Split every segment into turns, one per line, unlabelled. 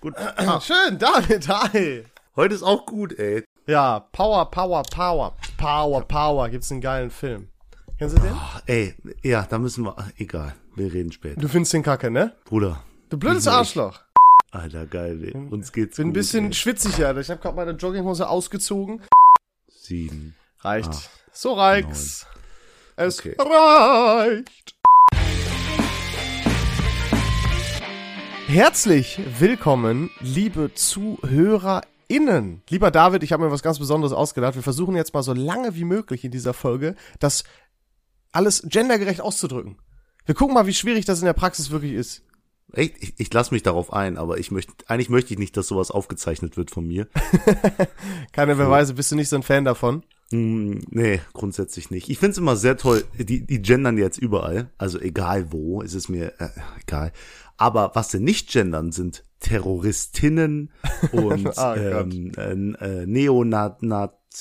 Gut.
Ah, Schön, David, hi.
Heute ist auch gut, ey.
Ja, Power, Power, Power. Power, Power. Gibt's einen geilen Film. Kennst du den?
Ach, ey, ja, da müssen wir. Egal, wir reden später.
Du findest den kacke, ne?
Bruder.
Du blödes Arschloch.
Alter, geil, ey. Uns geht's
Bin ein
gut.
bisschen
ey.
schwitzig, Alter. Ich habe gerade meine Jogginghose ausgezogen.
Sieben.
Reicht. so reicht's. Es
Okay.
reicht. Herzlich willkommen, liebe ZuhörerInnen. Lieber David, ich habe mir was ganz Besonderes ausgedacht. Wir versuchen jetzt mal so lange wie möglich in dieser Folge das alles gendergerecht auszudrücken. Wir gucken mal, wie schwierig das in der Praxis wirklich ist.
Echt, ich, ich lasse mich darauf ein, aber ich möchte, eigentlich möchte ich nicht, dass sowas aufgezeichnet wird von mir.
Keine Beweise, bist du nicht so ein Fan davon?
Hm, nee, grundsätzlich nicht. Ich find's immer sehr toll. Die, die gendern jetzt überall. Also egal wo, ist es mir äh, egal. Aber was sie nicht gendern, sind Terroristinnen und
Ah,
ähm, äh, äh,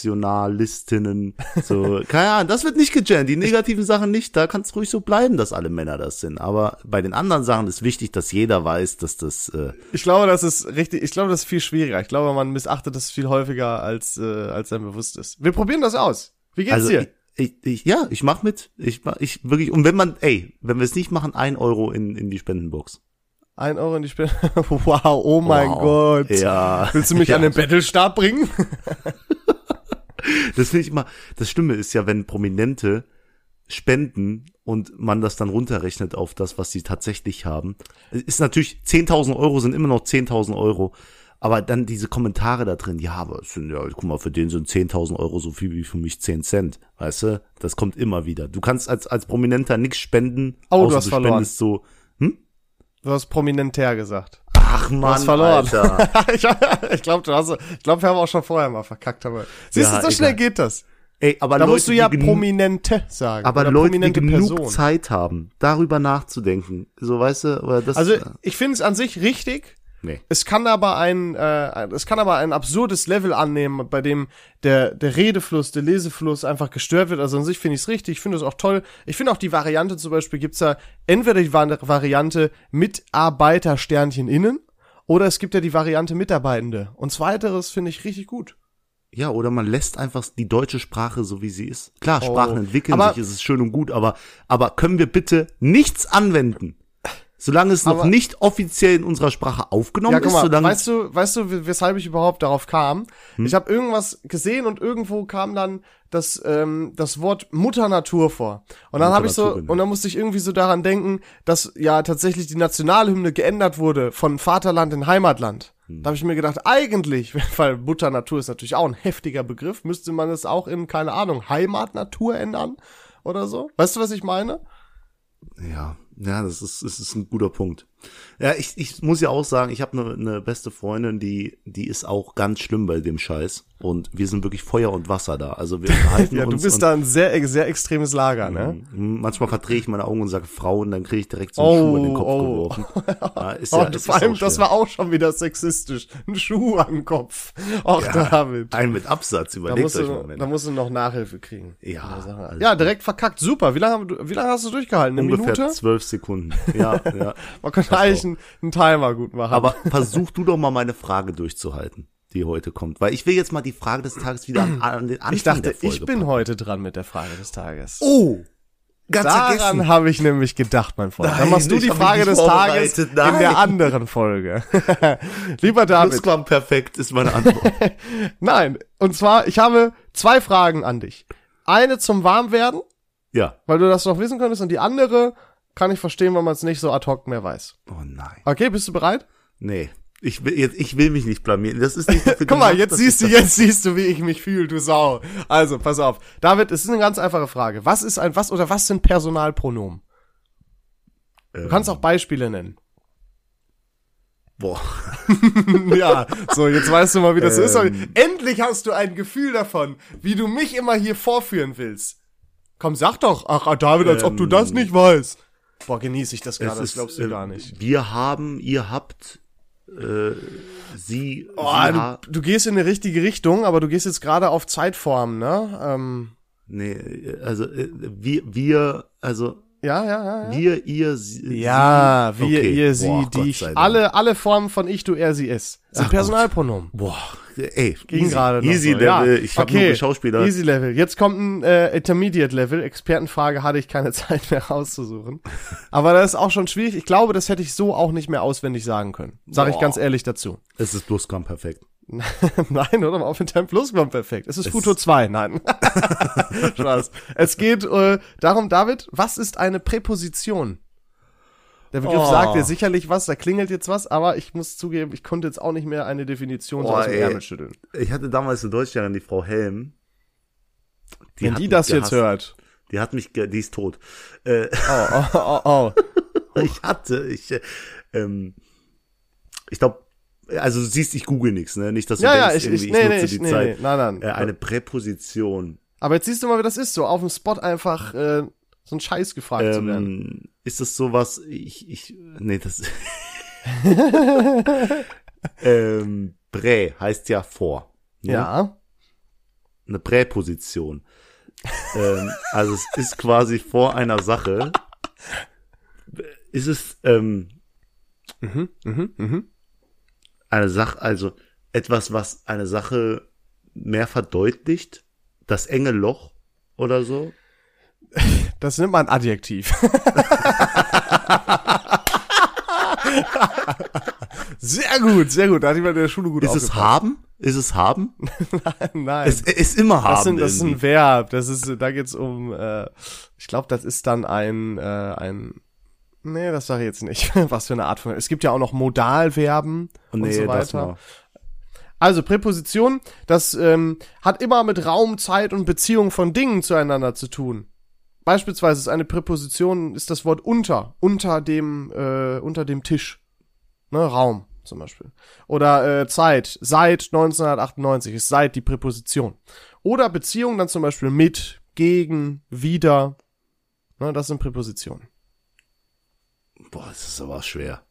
Neonationalistinnen. So, keine Ahnung, das wird nicht gegendert. Die negativen Sachen nicht. Da kann's ruhig so bleiben, dass alle Männer das sind. Aber bei den anderen Sachen ist wichtig, dass jeder weiß, dass das äh,
Ich glaube, das ist richtig, ich glaube, das ist viel schwieriger. Ich glaube, man missachtet das viel häufiger, als, äh, als einem bewusst ist. Wir probieren das aus. Wie geht's dir?
Also Ich, ich, ich, ja, ich mach mit. Ich, mach- ich wirklich. Und wenn man, ey, wenn wir es nicht machen, ein Euro in, in die Spendenbox.
Ein Euro in die Spende. Wow, oh mein
Wow.
Gott.
Ja.
Willst du mich
ja.
an den Battlestab bringen?
Das finde ich immer. Das Schlimme ist ja, wenn Prominente spenden und man das dann runterrechnet auf das, was sie tatsächlich haben. Es Ist natürlich 10.000 Euro sind immer noch 10.000 Euro. Aber dann diese Kommentare da drin, ja, aber es sind ja, guck mal, für den sind 10.000 Euro so viel wie für mich 10 Cent. Weißt du? Das kommt immer wieder. Du kannst als, als Prominenter nichts spenden.
Oh, du
außer
hast verloren.
spendest so, hm?
Du hast prominentär gesagt.
Ach man,
hast verloren.
Alter.
ich ich glaube, du hast, ich glaube, wir haben auch schon vorher mal verkackt, aber siehst
Ja,
du, so
egal.
schnell geht das.
Ey, aber
Da
Leute,
musst du ja
die genu-
prominente sagen.
aber
oder
Leute, die
prominente
genug
Person.
Zeit haben, darüber nachzudenken. So, weißt du, oder das
Also, ich finde es an sich richtig.
nee.
Es kann aber ein, äh, es kann aber ein absurdes Level annehmen, bei dem der, der Redefluss, der Lesefluss einfach gestört wird. Also an sich finde ich es richtig, ich finde es auch toll. Ich finde auch die Variante zum Beispiel gibt's da entweder die Vari- Variante Mitarbeitersternchen innen oder es gibt ja die Variante Mitarbeitende. Und zweiteres finde ich richtig gut.
Ja, oder man lässt einfach die deutsche Sprache so wie sie ist. Klar,
Oh.
Sprachen entwickeln
Aber-
sich, es ist schön und gut, aber aber können wir bitte nichts anwenden? Solange es noch
Aber-
nicht offiziell in unserer Sprache aufgenommen
Ja, guck
ist,
mal,
solange
weißt du, weißt du, we- weshalb ich überhaupt darauf kam?
Hm?
Ich habe irgendwas gesehen und irgendwo kam dann das ähm, das Wort Mutter Natur vor. Und dann
Mutter
habe ich so
Natur, genau.
und dann musste ich irgendwie so daran denken, dass ja tatsächlich die Nationalhymne geändert wurde von Vaterland in Heimatland.
Hm.
Da habe ich mir gedacht, eigentlich, weil Mutter Natur ist natürlich auch ein heftiger Begriff, müsste man es auch in keine Ahnung Heimat Natur ändern oder so. Weißt du, was ich meine?
Ja, ja, das ist, das ist ein guter Punkt. Ja, ich, ich muss ja auch sagen, ich habe eine, eine beste Freundin, die, die ist auch ganz schlimm bei dem Scheiß. Und wir sind wirklich Feuer und Wasser da. Also wir unterhalten
Ja,
uns.
du bist
und, Hm.
da ein sehr sehr extremes Lager, ne?
Manchmal verdrehe ich meine Augen und sage Frauen, dann kriege ich direkt so einen
Oh,
Schuh in den Kopf
oh.
geworfen. Ja, ist
Oh,
ja,
und
es
vor
ist
allem,
auch
das
schwer.
war auch schon wieder sexistisch. Ein Schuh am Kopf. Auch David.
Ein mit Absatz,
Da
überlegt
musst,
euch mal.
du, da
Männer.
musst du noch Nachhilfe kriegen.
Ja, alles
ja direkt verkackt. Super. Wie lange, haben du- wie lange hast du durchgehalten? Eine
Ungefähr
Minute?
zwölf Sekunden. Ja, ja.
Man könnte eigentlich einen, einen Timer gut machen.
Aber versuch du doch mal meine Frage durchzuhalten, die heute kommt. Weil ich will jetzt mal die Frage des Tages wieder an, an den Anfang
ich dachte,
der Folge
ich bin heute dran mit der Frage des Tages.
Oh, ganz
Daran
vergessen.
habe ich nämlich gedacht, mein Freund. Dann
Nein,
machst du
ich
die
hab
Frage
mich
des
nicht
Tages
vorbereitet.
in
Nein.
der anderen Folge. Lieber David,
Plusquam perfekt ist meine Antwort.
nein. Und zwar, ich habe zwei Fragen an dich. Eine zum Warmwerden
ja.
weil du das noch wissen könntest. Und die andere kann ich verstehen, wenn man es nicht so ad hoc mehr weiß.
Oh nein.
Okay, bist du bereit?
Nee. Ich will, jetzt, ich will mich nicht blamieren. Das ist nicht dafür
Guck mal,
gemacht,
jetzt
dass
siehst du,
ich
jetzt siehst du, wie ich mich fühle, du Sau. Also, pass auf. David, es ist eine ganz einfache Frage. Was ist ein, was oder was sind Personalpronomen? Du kannst auch Beispiele nennen.
das- Boah.
ja, so, jetzt weißt du mal, wie das so ist. Aber Endlich hast du ein Gefühl davon, wie du mich immer hier vorführen willst. Komm, sag doch. Ach, David, als ob du das nicht weißt. Boah, genieße ich das
Es
gerade, das
ist,
glaubst du
äh,
gar nicht.
Wir haben, ihr habt, äh, sie,
Oh,
sie ha-
du, du gehst in eine richtige Richtung, aber du gehst jetzt gerade auf Zeitformen, ne? Ähm,
Nee, also äh, wir, wir, also
Ja, ja, ja. ja.
Wir, ihr, sie.
Ja,
sie.
wir,
Okay.
ihr, sie,
Boah, Gott
die, ich,
sei Dank.
alle, alle Formen von ich, du, er, sie, es. Sind
Ach,
Personalpronomen.
Boah, ey,
Ging
easy,
gerade noch
easy
so.
Level.
Ja,
Ich habe
okay.
nur Schauspieler.
Easy Level. Jetzt kommt ein äh, Intermediate Level. Expertenfrage hatte ich keine Zeit mehr rauszusuchen. Aber das ist auch schon schwierig. Ich glaube, das hätte ich so auch nicht mehr auswendig sagen können. Sage ich
Boah.
ganz ehrlich dazu.
Es ist Plusquam perfekt.
Nein, oder? Auf in Time Plus kommt perfekt. Es ist
Es-
Futur 2. Nein. Spaß. Es geht äh, darum, David, was ist eine Präposition? Der Begriff
Oh.
sagt dir sicherlich was, da klingelt jetzt was, aber ich muss zugeben, ich konnte jetzt auch nicht mehr eine Definition so
Oh,
aus dem
ey.
Ärmel schütteln.
Ich hatte damals in Deutschland die Frau Helm.
Wenn
hat
die
mich
das jetzt
gehasst.
hört.
Die hat mich, ge die ist tot. Äh,
Oh, oh, oh, oh.
ich hatte, ich, äh, ähm, ich glaube, also du siehst, ich google nichts, ne? Nicht, dass du
Ja, ja,
denkst,
ich,
irgendwie,
ich, nee,
nutze
nee,
die
ich, nee, nee,
Zeit.
nein,
Äh,
nein.
eine Präposition.
Aber jetzt siehst du mal, wie das ist, so auf dem Spot einfach äh, so ein Scheiß gefragt zu werden.
Ähm, ist das sowas, ich, ich, nee, das, ähm, Prä heißt ja vor. ne?
Ja.
Eine Präposition. ähm, also es ist quasi vor einer Sache. Ist es, ähm,
Mhm, mhm, mhm.
eine Sache, also etwas, was eine Sache mehr verdeutlicht, das enge Loch oder so.
Das nimmt man Adjektiv. sehr gut, sehr gut. Da hat jemand in der Schule gut
Ist es haben? Ist es haben?
es Nein.
Es ist immer haben.
das, sind, das ist
irgendwie.
ein Verb. Das ist, da geht's um, äh, ich glaube, das ist dann ein, äh, ein, nee, das sage ich jetzt nicht. Was für eine Art von, es gibt ja auch noch Modalverben und
Oh, nee,
so
das
weiter.
mal.
Also Präposition, das ähm, hat immer mit Raum, Zeit und Beziehung von Dingen zueinander zu tun. Beispielsweise ist eine Präposition ist das Wort unter, unter dem äh, unter dem Tisch, ne Raum zum Beispiel. Oder äh, Zeit, seit 1998 ist seit die Präposition. Oder Beziehung dann zum Beispiel mit, gegen, wieder. Ne, das sind Präpositionen.
Boah, das ist aber schwer.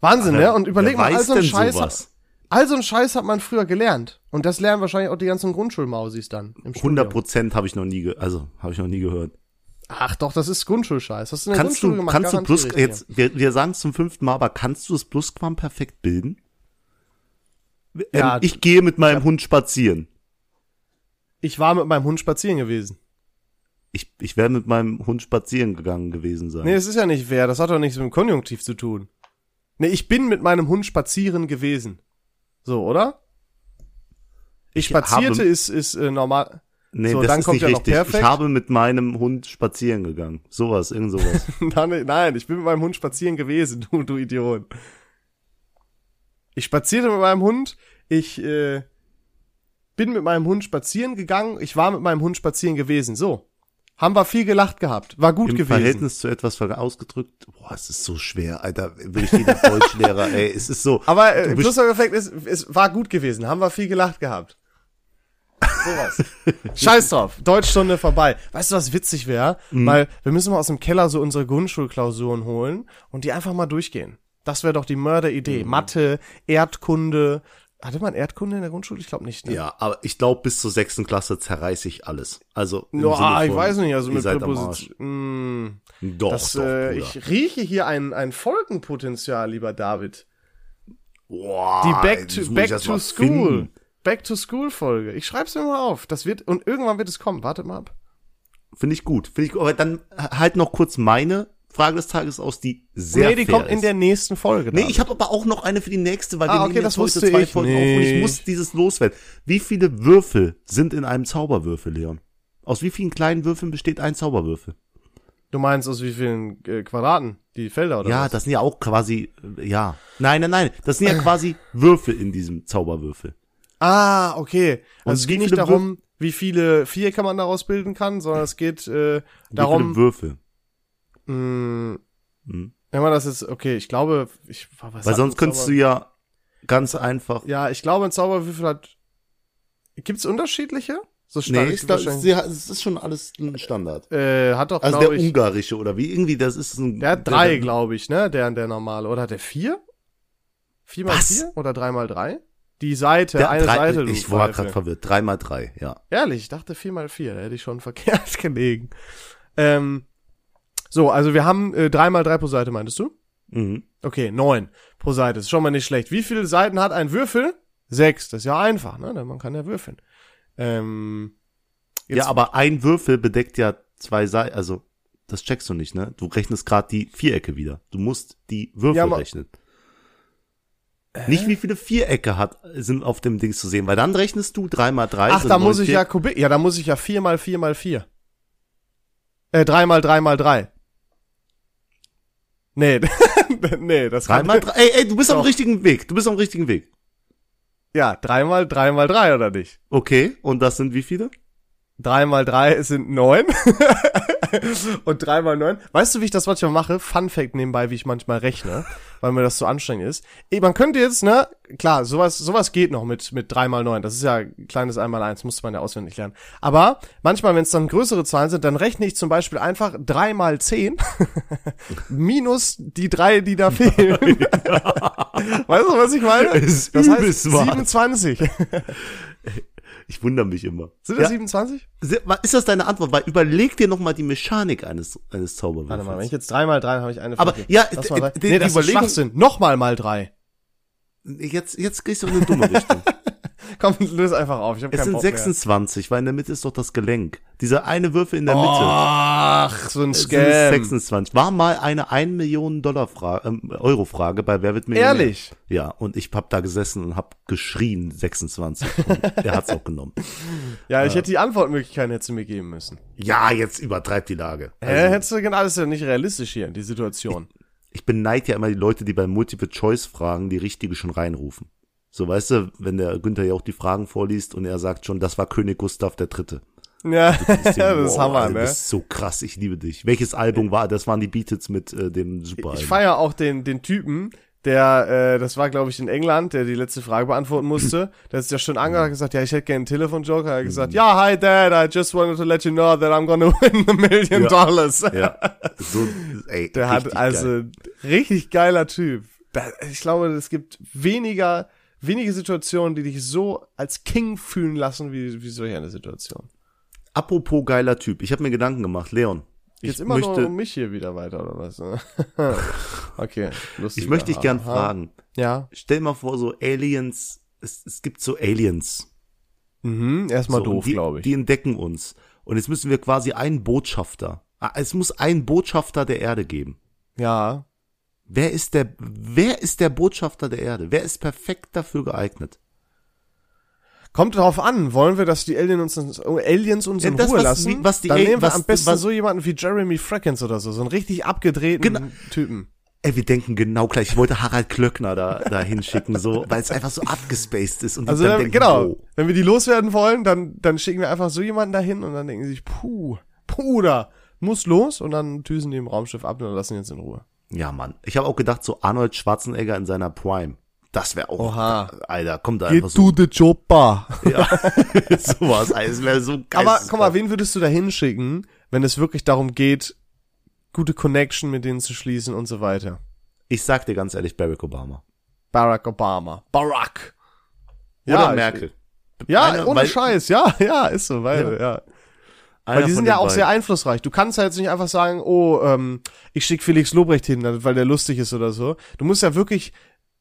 Wahnsinn, ne? Und überleg
Wer
mal,
weiß
also ein
denn
Scheiß,
sowas?
also ein Scheiß hat man früher gelernt. Und das lernen wahrscheinlich auch die ganzen Grundschulmausis dann. Im Studium.
100 Prozent habe ich noch nie, ge also habe ich noch nie gehört.
Ach doch, das ist Grundschulscheiß. Hast du eine
Kannst
Grundschule
du,
gemacht?
kannst du
garantiere
Plus,
ich dir.
jetzt, wir, wir sagen es zum fünften Mal, aber kannst du das Plusquamperfekt bilden? Ähm,
Ja,
ich gehe mit meinem Hund spazieren.
Ich war mit meinem Hund spazieren gewesen.
Ich, ich wäre mit meinem Hund spazieren gegangen gewesen sein.
Nee, es ist ja nicht wer. Das hat doch nichts mit dem Konjunktiv zu tun. Nee, ich bin mit meinem Hund spazieren gewesen. So, oder? Ich
Ich habe-
spazierte ist, ist äh, normal.
Nee,
So,
das
dann
ist
kommt
nicht
ja noch
richtig.
perfekt.
Ich habe mit meinem Hund spazieren gegangen. Sowas, irgend sowas.
nein, nein, ich bin mit meinem Hund spazieren gewesen, du, du Idiot. Ich spazierte mit meinem Hund. Ich äh, bin mit meinem Hund spazieren gegangen. Ich war mit meinem Hund spazieren gewesen. So. Haben wir viel gelacht gehabt. War gut
Im
gewesen.
Verhältnis zu etwas ver- ausgedrückt. Boah, es ist so schwer, Alter. Will ich jeder Deutschlehrer, ey. Es ist so.
Aber äh,
Du
im
bist-
Schlusseffekt ist, es war gut gewesen. Haben wir viel gelacht gehabt. Sowas. Scheiß drauf. Deutschstunde vorbei. Weißt du, was witzig wäre?
Mhm.
Weil wir müssen mal aus dem Keller so unsere Grundschulklausuren holen und die einfach mal durchgehen. Das wäre doch die Mörderidee.
Mhm.
Mathe, Erdkunde. Hatte man Erdkunde in der Grundschule? Ich glaube nicht. Ne?
Ja, aber ich glaube, bis zur sechsten Klasse zerreiß ich alles. Also. im
Ja,
Sinne
ich
von,
weiß nicht, also
ihr
mit
seid am Arsch.
Präposition. Mm,
Doch,
das,
doch,
äh,
Bruder.
ich rieche hier ein, ein Folgenpotenzial, lieber David.
Boah,
Die Back
Ah, das
to,
muss ich
back
erst
to
mal
School.
finden.
Back to School Folge. Ich schreib's mir mal auf. Das wird, und irgendwann wird es kommen. Wartet mal ab.
Finde ich gut. Finde ich gut. Aber dann halt noch kurz meine Frage des Tages aus, die sehr
nee, die
fair
kommt in
ist.
der nächsten Folge.
Nee,
dann.
ich habe aber auch noch eine für die nächste, weil
Ah,
wir
okay,
nehmen jetzt
das
heute
wusste
zwei
ich
Folgen auf und ich
nicht.
muss dieses loswerden. Wie viele Würfel sind in einem Zauberwürfel, Leon? Aus wie vielen kleinen Würfeln besteht ein Zauberwürfel?
du meinst aus wie vielen äh, Quadraten? Die Felder oder
ja,
was? Äh.
das sind ja auch quasi, äh, ja. Nein, nein, nein, das sind ja quasi Würfel in diesem Zauberwürfel.
Ah, okay.
Und
Also es
wie
geht nicht
viele
darum, wie viele vier kann man daraus bilden kann, sondern es geht äh, darum,
Wie viele Würfel?
mh,
Hm.
wenn man das jetzt, okay, ich glaube, ich was
Weil
hat
sonst
ein
könntest du
Zauber-
ja ganz einfach.
ja, ich glaube, ein Zauberwürfel hat, gibt's unterschiedliche? So
Nee,
stark
ist das, ist, ja- es ist schon alles ein Standard.
äh, hat doch,
Also
glaube
der
ich,
ungarische oder wie irgendwie, das ist ein.
Der hat drei,
der-
glaube ich, ne? Der, der normale. Oder hat der vier? Vier mal
Was?
vier? Oder drei mal drei? Die Seite,
der
eine
drei,
Seite, du
Ich war
Pfeife.
gerade verwirrt. Drei mal drei, ja.
Ehrlich, ich dachte vier mal vier. Da hätte ich schon verkehrt gelegen. Ähm, So, also wir haben äh, 3 mal 3 pro Seite, meintest du?
Mhm.
Okay, neun pro Seite. Ist schon mal nicht schlecht. Wie viele Seiten hat ein Würfel? Sechs. Das ist ja einfach, ne? Denn Man kann ja würfeln. Ähm,
Ja, aber ein Würfel bedeckt ja zwei Seiten. Also, das checkst du nicht, ne? Du rechnest gerade die Vierecke wieder. Du musst die Würfel
Ja, aber-
rechnen. Nicht wie viele Vierecke hat, sind auf dem Dings zu sehen, weil dann rechnest du drei mal drei.
ach,
sind
da
neun
muss ich
Vier-
ja Kubik. Ja, da muss ich ja vier mal vier mal vier. Äh, drei mal drei mal drei. Nee, nee, das
Drei
kann-
mal drei. Ey, ey, du bist am
Doch.
richtigen Weg. Du bist am richtigen Weg.
Ja, drei mal drei mal drei, oder nicht?
Okay, und das sind wie viele?
Drei mal drei sind neun. Und drei mal neun. Weißt du, wie ich das manchmal mache? Fun Fact nebenbei, wie ich manchmal rechne, weil mir das so anstrengend ist. Ey, man könnte jetzt, ne, klar, sowas, sowas geht noch mit, mit drei mal neun. Das ist ja ein kleines einmal eins, musste man ja auswendig lernen. Aber manchmal, wenn es dann größere Zahlen sind, dann rechne ich zum Beispiel einfach drei mal zehn minus die drei, die da fehlen. weißt du, was ich meine?
Ist
das
übel
heißt
smart.
27.
Ich wundere mich immer.
Sind
Ja,
das 27?
se- wa- Ist das deine Antwort? Weil überleg dir nochmal die Mechanik eines, eines
Warte mal, wenn ich
Zauberwürfels.
jetzt dreimal drei habe ich eine
Aber
Fläche.
ja,
Lass
d-
mal drei.
d-
äh, nee,
die
das ist
Überlegung-
Schwachsinn. Nochmal mal drei.
Jetzt, jetzt gehst du in eine dumme Richtung.
Komm, löse einfach auf. Ich habe
Es
keinen
sind
Bock
26, weil in der Mitte ist doch das Gelenk. Dieser eine Würfel in der
mehr.
Mitte.
Ach, so ein
Es sind
Oh, Scam.
26. War mal eine 1 Millionen Dollar Frage, ähm, Euro Frage bei Wer wird Millionär?
Ehrlich?
Ja, und ich hab da gesessen und hab geschrien 26. Und er hat's auch genommen.
Ja, ich hätte die Antwortmöglichkeiten hätte sie mir geben müssen.
Ja, jetzt übertreibt die Lage.
Hä, hättest du genau, das ist ja nicht realistisch hier, die Situation.
ich beneide ja immer die Leute, die bei Multiple-Choice-Fragen die richtige schon reinrufen. So, weißt du, wenn der Günther ja auch die Fragen vorliest und er sagt schon, das war König Gustav der Dritte.
Ja,
Ich denk,
das ist
wow,
Hammer,
Alter, Du
ne?
bist Also, so krass, ich liebe dich. Welches Album war? Das waren die Beatles mit äh, dem Super.
Ich feier auch den, den Typen, der, äh, das war, glaube ich, in England, der die letzte Frage beantworten musste. Der ist ja schon angehört hat gesagt, ja, ich hätte gerne einen Telefonjoker. Er hat gesagt, ja, hi Dad, I just wanted to let you know that I'm gonna win a million
Ja.
dollars.
ja. So, ey,
Der hat
richtig
also
geil.
richtig geiler Typ. Da, ich glaube, es gibt weniger, wenige Situationen, die dich so als King fühlen lassen, wie, wie solch eine Situation.
Apropos geiler Typ, ich habe mir Gedanken gemacht, Leon.
Geht's
ich
immer
möchte,
nur um mich hier wieder weiter, oder was? ne? okay, lustig.
ich möchte dich gern
Aha.
fragen.
Ja.
Stell mal vor, so Aliens, es, es gibt so Aliens,
Mhm, erstmal
und
doof,
die-
glaube ich.
Die entdecken uns. Und jetzt müssen wir quasi einen Botschafter. Ah, Es muss einen Botschafter der Erde geben.
ja.
Wer ist der, wer ist der Botschafter der Erde? Wer ist perfekt dafür geeignet?
Kommt drauf an, wollen wir, dass die Aliens uns, Aliens uns in
Ja, das,
Ruhe
was-
lassen?
wie- was die
Dann
Al-
nehmen wir
was-
am besten
was-
so jemanden wie Jeremy Frackens oder so, so einen richtig abgedrehten
Genau.
Typen.
Ey, wir denken genau gleich. Ich wollte Harald Klöckner da, da hinschicken, so, weil es einfach so abgespaced ist. Und die
Also
dann
wenn,
denken,
genau,
oh.
wenn wir die loswerden wollen, dann, dann schicken wir einfach so jemanden dahin und dann denken sie sich, puh, Bruder, muss los und dann düsen die im Raumschiff ab und lassen ihn jetzt in Ruhe.
Ja, Mann. Ich habe auch gedacht, so Arnold Schwarzenegger in seiner Prime. Das wäre auch, äh,
Oha.
Alter, kommt da
Geht
einfach so,
du de Chopper.
ja, sowas. Alter, Das wäre so geil.
Aber guck mal, wen würdest du dahin schicken, wenn es wirklich darum geht, gute Connection mit denen zu schließen und so weiter?
ich sag dir ganz ehrlich, Barack Obama.
Barack Obama. Barack.
Oder
ich-
Merkel.
Ja,
Einer-
ohne
weil-
Scheiß, ja, ja, ist so, weil, ja. Weil
Einer
die
von
sind
den
ja auch
beiden.
sehr einflussreich. Du kannst ja jetzt nicht einfach sagen, oh, ähm, ich schicke Felix Lobrecht hin, weil der lustig ist oder so. Du musst ja wirklich,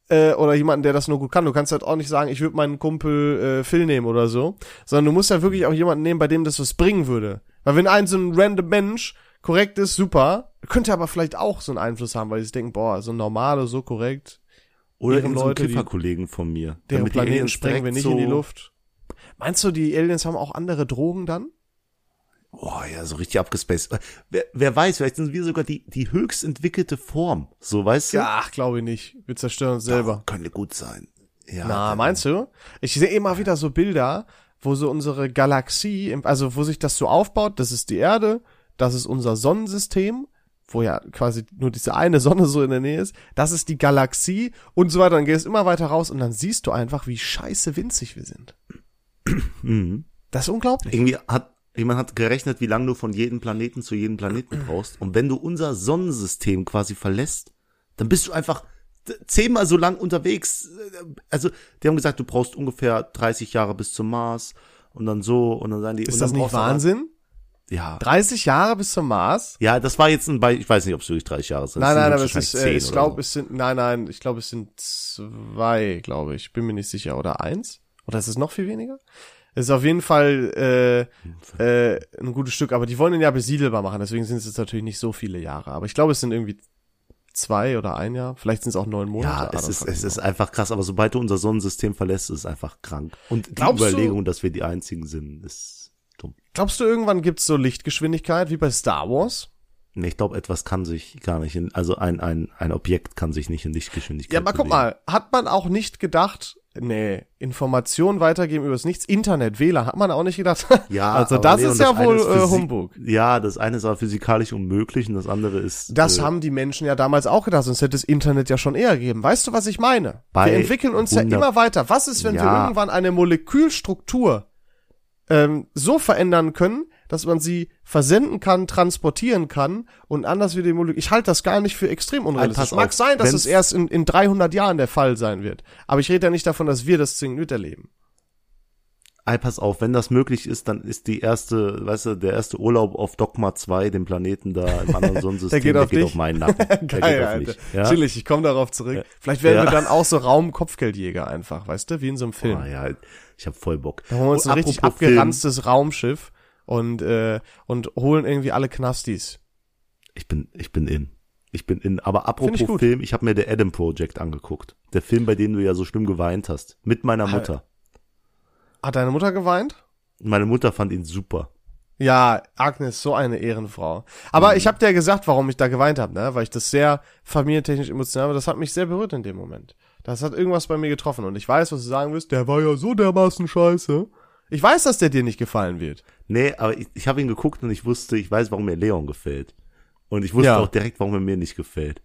äh, oder jemanden, der das nur gut kann, du kannst halt auch nicht sagen, ich würde meinen Kumpel äh, Phil nehmen oder so, sondern du musst ja wirklich auch jemanden nehmen, bei dem das was bringen würde. Weil wenn ein so ein random Mensch korrekt ist, super, könnte aber vielleicht auch so einen Einfluss haben, weil sie denken, boah, so ein normale, so korrekt,
Oder
Ihren
irgend so ein
Leute, die-
Kifferkollegen von mir.
deren
Damit die
Planeten
Aliens
sprengen wir
direkt
nicht
so,
in die Luft. Meinst du, die Aliens haben auch andere Drogen dann?
Boah, ja, so richtig abgespaced. Äh, Wer, wer weiß, vielleicht sind wir sogar die, die höchst entwickelte Form. So, weißt du?
Ja, ach, glaube ich nicht. Wir zerstören uns
Doch,
selber.
Könnte gut sein. Ja.
Na, meinst du? Ich sehe immer wieder so Bilder, wo so unsere Galaxie, im- also wo sich das so aufbaut, das ist die Erde, das ist unser Sonnensystem, wo ja quasi nur diese eine Sonne so in der Nähe ist, das ist die Galaxie und so weiter. Dann gehst du immer weiter raus und dann siehst du einfach, wie scheiße winzig wir sind.
Mhm.
Das ist unglaublich.
Irgendwie hat, jemand hat gerechnet, wie lange du von jedem Planeten zu jedem Planeten brauchst. Und wenn du unser Sonnensystem quasi verlässt, dann bist du einfach d- zehnmal so lang unterwegs. Also, die haben gesagt, du brauchst ungefähr 30 Jahre bis zum Mars. Und dann so, und dann sagen die, und
Ist
dann
das nicht
brauchst du aber-
Wahnsinn?
ja.
30 Jahre bis zum Mars?
Ja, das war jetzt ein Beispiel, ich weiß nicht, ob es wirklich 30 Jahre sind.
Nein,
Es sind
nein, aber es
wahrscheinlich
ist, äh,
10
ich
oder
glaube,
so.
es sind, nein, nein, ich glaube, es sind zwei, glaube ich. Bin mir nicht sicher. Oder eins? Oder ist es noch viel weniger? Es ist auf jeden Fall äh, äh, ein gutes Stück, aber die wollen ihn ja besiedelbar machen, deswegen sind es jetzt natürlich nicht so viele Jahre. Aber ich glaube, es sind irgendwie zwei oder ein Jahr, vielleicht sind es auch neun Monate.
ja,
I don't
es ist,
fucking
es
know.
ist einfach krass, aber sobald du unser Sonnensystem verlässt, ist es einfach krank. Und die
Glaubst du-
Überlegung, dass wir die einzigen sind, ist dumm.
Glaubst du, irgendwann gibt's so Lichtgeschwindigkeit wie bei Star Wars?
Nee, ich glaube, etwas kann sich gar nicht in, also ein, ein, ein Objekt kann sich nicht in Lichtgeschwindigkeit
Ja, aber
bewegen.
guck mal, hat man auch nicht gedacht, nee, Informationen weitergeben übers Nichts, Internet, WLAN, hat man auch nicht gedacht.
Ja,
also
aber
das
Leon,
ist ja
eine
wohl äh,
Physi-
Humbug.
Ja, das eine ist aber physikalisch unmöglich und das andere ist.
Das
äh,
haben die Menschen ja damals auch gedacht, sonst hätte das Internet ja schon eher gegeben. Weißt du, was ich meine?
Bei
wir entwickeln uns ja
100
immer weiter. Was ist, wenn wir
Ja.
irgendwann eine Molekülstruktur ähm, so verändern können, dass man sie versenden kann, transportieren kann und anders wie die Molekül. Ich halte das gar nicht für extrem unrealistisch.
pass
Mag
auf,
sein, dass
wenn's-
es erst in, in 300 Jahren der Fall sein wird. Aber ich rede ja nicht davon, dass wir das zwingend miterleben.
Ey, pass auf, wenn das möglich ist, dann ist die erste, weißt du, der erste Urlaub auf Dogma 2, dem Planeten da im anderen Sonnensystem,
Der geht auf dich?
meinen Nacken. Der geht auf mich. Ja?
Chillig, ich komme darauf zurück. Vielleicht werden
Ja.
wir dann auch so Raum-Kopfgeldjäger einfach, weißt du, wie in so einem Film.
Ah, ja, ich hab voll Bock.
Da holen wir uns
Und
ein richtig
Oh, apropos Film,
abgeranztes Raumschiff und, äh, und holen irgendwie alle Knastis.
Ich bin, ich bin in. Ich bin in. Aber
Find ich
apropos
gut.
Film, ich habe mir The Adam Project angeguckt. Der Film, bei dem du ja so schlimm geweint hast. Mit meiner Mutter.
Hat deine Mutter geweint?
Meine Mutter fand ihn super.
Ja, Agnes, so eine Ehrenfrau.
Mhm.
Aber ich habe dir ja gesagt, warum ich da geweint habe, ne? Weil ich das sehr familientechnisch emotional war. Das hat mich sehr berührt in dem Moment. Das hat irgendwas bei mir getroffen. Und ich weiß, was du sagen wirst. Der war ja so dermaßen scheiße. Ich weiß, dass der dir nicht gefallen wird.
Nee, aber ich, ich habe ihn geguckt und ich wusste, ich weiß, warum mir Leon gefällt. Und ich wusste
Ja.
auch direkt, warum er mir nicht gefällt.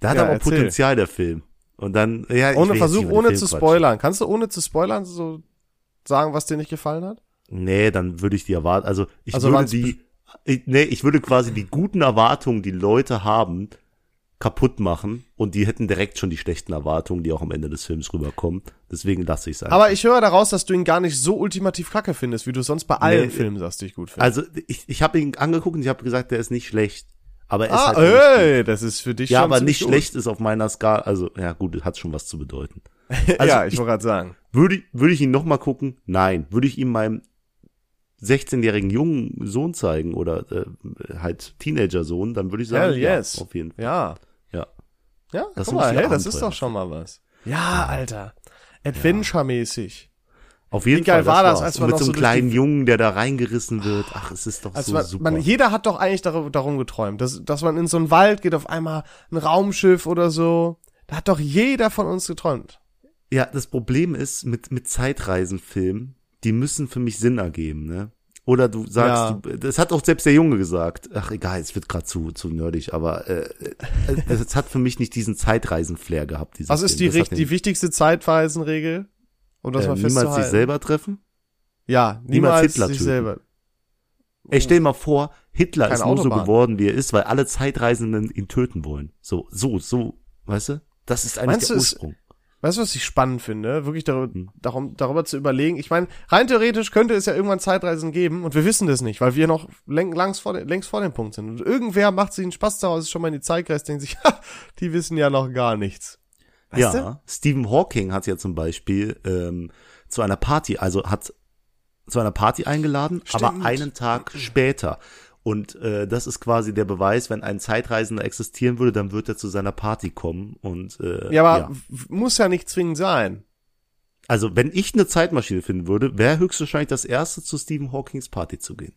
Da hat
Ja,
aber
erzähl.
Potenzial, der Film. Und dann, ja, ich will jetzt
Ohne
nicht
Versuch,
über den
ohne
Film
zu
quatschen.
spoilern. Kannst du ohne zu spoilern so sagen, was dir nicht gefallen hat?
Nee, dann würde ich die erwarten, also ich
Also
würde
waren's
die, ich, nee, ich würde quasi die guten Erwartungen, die Leute haben, kaputt machen und die hätten direkt schon die schlechten Erwartungen, die auch am Ende des Films rüberkommen. Deswegen lasse ich es
Aber ich höre daraus, dass du ihn gar nicht so ultimativ kacke findest, wie du sonst bei allen
Nee.
Filmen sagst, die ich gut finde.
Also ich, ich habe ihn angeguckt und ich habe gesagt, der ist nicht schlecht. Aber er ist
ah,
halt nicht gut.
ey, das ist für dich
Ja,
schon
aber nicht
ziemlich
schlecht ist auf meiner Skala. Also, ja, gut, hat schon was zu bedeuten.
gut.
Also
ja, ich
ich-
wollte gerade sagen.
Würde, würde ich ihn noch mal gucken? Nein. Würde ich ihm meinem 16-jährigen jungen Sohn zeigen oder äh, halt Teenager-Sohn, dann würde ich sagen,
Hell yes.
ja, auf jeden Fall.
Ja.
Ja.
Ja,
Das
guck
muss
mal,
ich
hey,
auch
das ist
antreiben.
doch schon mal was. Ja, Alter. Adventure-mäßig.
Auf jeden
Wie geil
Fall.
war das,
war's.
als
Und
man
mit
noch
so
so
einem
durch
kleinen Jungen, der da reingerissen wird. Ach, es ist doch
Also
so
man,
super.
man, jeder hat doch eigentlich darum, darum geträumt, dass, dass man in so einen Wald geht, auf einmal ein Raumschiff oder so. Da hat doch jeder von uns geträumt.
Ja, das Problem ist mit, mit Zeitreisenfilmen, die müssen für mich Sinn ergeben, ne? Oder du sagst,
Ja.
du, das hat auch selbst der Junge gesagt. Ach egal, es wird gerade zu, zu nerdig, aber äh, äh, es hat für mich nicht diesen Zeitreisen-Flair gehabt. Dieses
Was ist
Film.
die,
Das
richt-
hat den,
die wichtigste Zeitweisenregel? Um das
äh,
mal
niemals sich
festzuhalten.
selber treffen?
ja,
niemals
niemals
Hitler
sich
töten.
selber.
Ey, stell dir mal vor, Hitler
Keine
ist nur so
Autobahn.
geworden, wie er ist, weil alle Zeitreisenden ihn töten wollen. So, so, so, weißt du? Das ist eigentlich
Meinst
der
du, es-
Ursprung.
Weißt du, was ich spannend finde? Wirklich darüber, darum, darüber zu überlegen. Ich meine, rein theoretisch könnte es ja irgendwann Zeitreisen geben und wir wissen das nicht, weil wir noch läng, langs vor, den- längst vor dem Punkt sind. Und irgendwer macht sich einen Spaß daraus, ist schon mal in die Zeit reist, denkt sich, ha, die wissen ja noch gar nichts. Weißt du?
ja, Stephen Hawking hat ja zum Beispiel ähm, zu einer Party, also hat zu einer Party eingeladen, aber
Stimmt.
einen Tag später. Und äh, das ist quasi der Beweis, wenn ein Zeitreisender existieren würde, dann wird er zu seiner Party kommen. Und äh,
Ja, aber w- muss ja nicht zwingend sein.
also wenn ich eine Zeitmaschine finden würde, wäre höchstwahrscheinlich das erste, zu Stephen Hawkings Party zu gehen.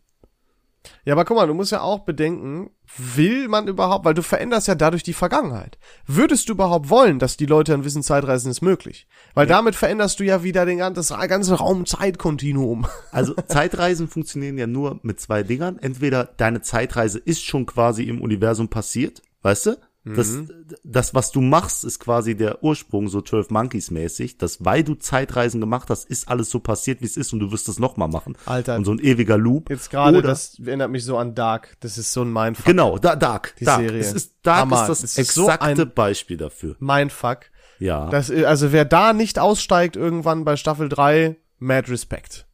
Ja, aber guck mal, du musst ja auch bedenken, will man überhaupt, weil du veränderst ja dadurch die Vergangenheit. Würdest du überhaupt wollen, dass die Leute dann wissen, Zeitreisen ist möglich? Weil damit veränderst du ja wieder den ganzen, das ganze Raum-Zeit-Kontinuum.
Also Zeitreisen funktionieren ja nur mit zwei Dingern. Entweder deine Zeitreise ist schon quasi im Universum passiert, weißt du? Das,
Mhm.
das, was du machst, ist quasi der Ursprung, so 12 Monkeys mäßig, dass weil du Zeitreisen gemacht hast, ist alles so passiert, wie es ist und du wirst es nochmal machen.
Alter.
Und so ein ewiger Loop.
Jetzt gerade,
Oder-
das erinnert mich so an Dark. Das ist so ein Mindfuck.
Genau, da, Dark.
Die
Dark.
Serie.
Es ist, Dark
Hammer.
ist das
Es ist so
exakte
ein-
Beispiel dafür.
Mindfuck. äh,
Ja.
Das, also wer da nicht aussteigt irgendwann bei Staffel 3, mad respect.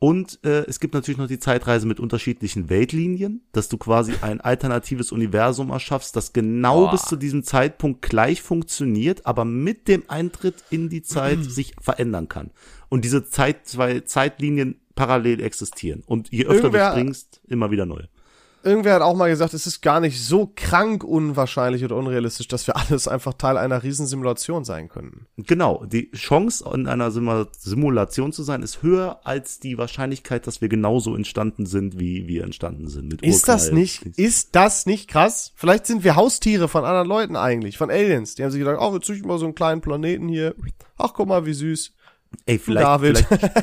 Und äh, es gibt natürlich noch die Zeitreise mit unterschiedlichen Weltlinien, dass du quasi ein alternatives Universum erschaffst, das genau
Boah.
bis zu diesem Zeitpunkt gleich funktioniert, aber mit dem Eintritt in die Zeit sich verändern kann. Und diese Zeit, zwei Zeitlinien parallel existieren. Und je öfter
Irgendwer-
du springst, immer wieder neu.
Irgendwer hat auch mal gesagt, es ist gar nicht so krank unwahrscheinlich oder unrealistisch, dass wir alles einfach Teil einer Riesensimulation sein können.
Genau, die Chance, in einer Sima- Simulation zu sein, ist höher als die Wahrscheinlichkeit, dass wir genauso entstanden sind, wie wir entstanden sind. Mit
Ist das
Urknall.
nicht, ist das nicht krass? Vielleicht sind wir Haustiere von anderen Leuten eigentlich, von Aliens. Die haben sich gedacht, oh, wir züchten mal so einen kleinen Planeten hier. Ach, guck mal, wie süß.
Ey,
Du,
vielleicht,
David.
Vielleicht,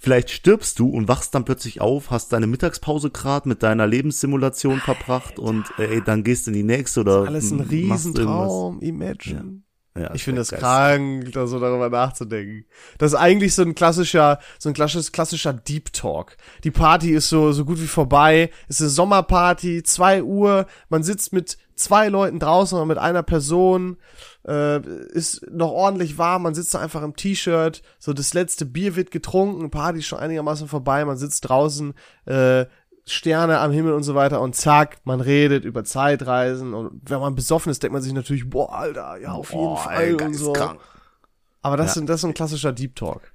vielleicht stirbst du und wachst dann plötzlich auf, hast deine Mittagspause gerade mit deiner Lebenssimulation verbracht und äh, ey, dann gehst in die nächste oder
Alles ein
m- machst irgendwas.
Riesentraum, imagine.
Ja,
Ich finde das
geil.
krank, da so darüber nachzudenken. Das ist eigentlich so ein klassischer, so ein klassisches, klassischer Deep Talk. Die Party ist so, so gut wie vorbei. Es ist eine Sommerparty, zwei Uhr. Man sitzt mit zwei Leuten draußen oder mit einer Person. Äh, ist noch ordentlich warm. Man sitzt da einfach im T-Shirt. So das letzte Bier wird getrunken. Party ist schon einigermaßen vorbei. Man sitzt draußen. Äh, Sterne am Himmel und so weiter und zack, man redet über Zeitreisen und wenn man besoffen ist, denkt man sich natürlich, boah, Alter, ja, auf jeden
Boah,
Fall
ey,
und so.
geisteskrank.
Aber das, sind, das ist so ein klassischer Deep Talk.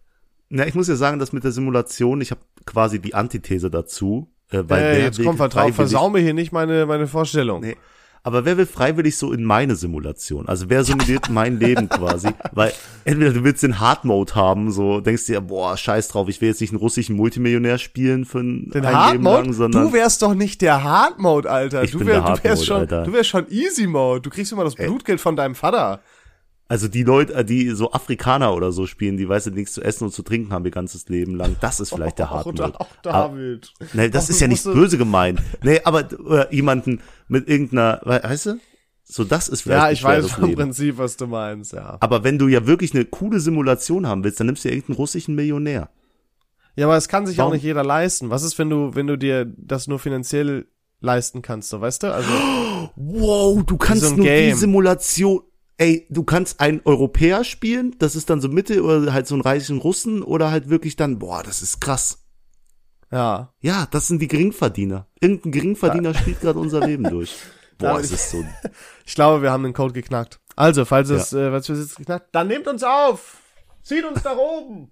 Na, ich muss ja sagen, das mit der Simulation, ich habe quasi die Antithese dazu, äh, weil wer
Ey, jetzt halt
will
komm, vertrau,
freiwillig-
versau mir hier nicht meine, meine Vorstellung.
Nee. Aber wer will freiwillig so in meine Simulation? Also wer simuliert mein Leben quasi? Weil entweder du willst den Hard Mode haben, so denkst dir, boah, scheiß drauf, ich will jetzt nicht einen russischen Multimillionär spielen für ein
Den
ein
Hard
Leben
Mode?
lang, sondern
du wärst doch nicht der Hard Mode, Alter.
Ich
du,
bin
wär,
der Hard
du wärst
Mode,
schon,
Alter.
du wärst schon Easy Mode. Du kriegst immer das Blutgeld von deinem Vater.
also die Leute, äh, die so Afrikaner oder so spielen, die weißt du nichts zu essen und zu trinken haben ihr ganzes Leben lang. Das ist vielleicht der Hard Mode.
Oder auch
Aber-
David.
Nee, das
Auch
ist ja nicht
musst du-
böse gemeint. Nee, aber oder jemanden mit irgendeiner, we- weißt du? So das ist vielleicht
Ja,
ein
ich weiß
schweres
vom
Leben. Ah.
Prinzip, was du meinst, ja.
Aber wenn du ja wirklich eine coole Simulation haben willst, dann nimmst du ja irgendeinen russischen Millionär.
Ja, aber es kann sich auch
Warum-
nicht jeder leisten. Was ist, wenn du, wenn du dir das nur finanziell leisten kannst, so, weißt du? Also,
Wow, du kannst
so ein
nur
Game.
die Simulation. Ey, du kannst einen Europäer spielen, das ist dann so Mitte oder halt so einen reichen Russen oder halt wirklich dann, boah, das ist krass.
ja.
Ja, das sind die Geringverdiener. Irgendein Geringverdiener spielt gerade unser Leben durch. Boah,
David,
es ist so.
Ich glaube, wir haben den Code geknackt. Also, falls es, äh, falls wir es jetzt geknackt, dann nehmt uns auf! Zieht uns nach oben!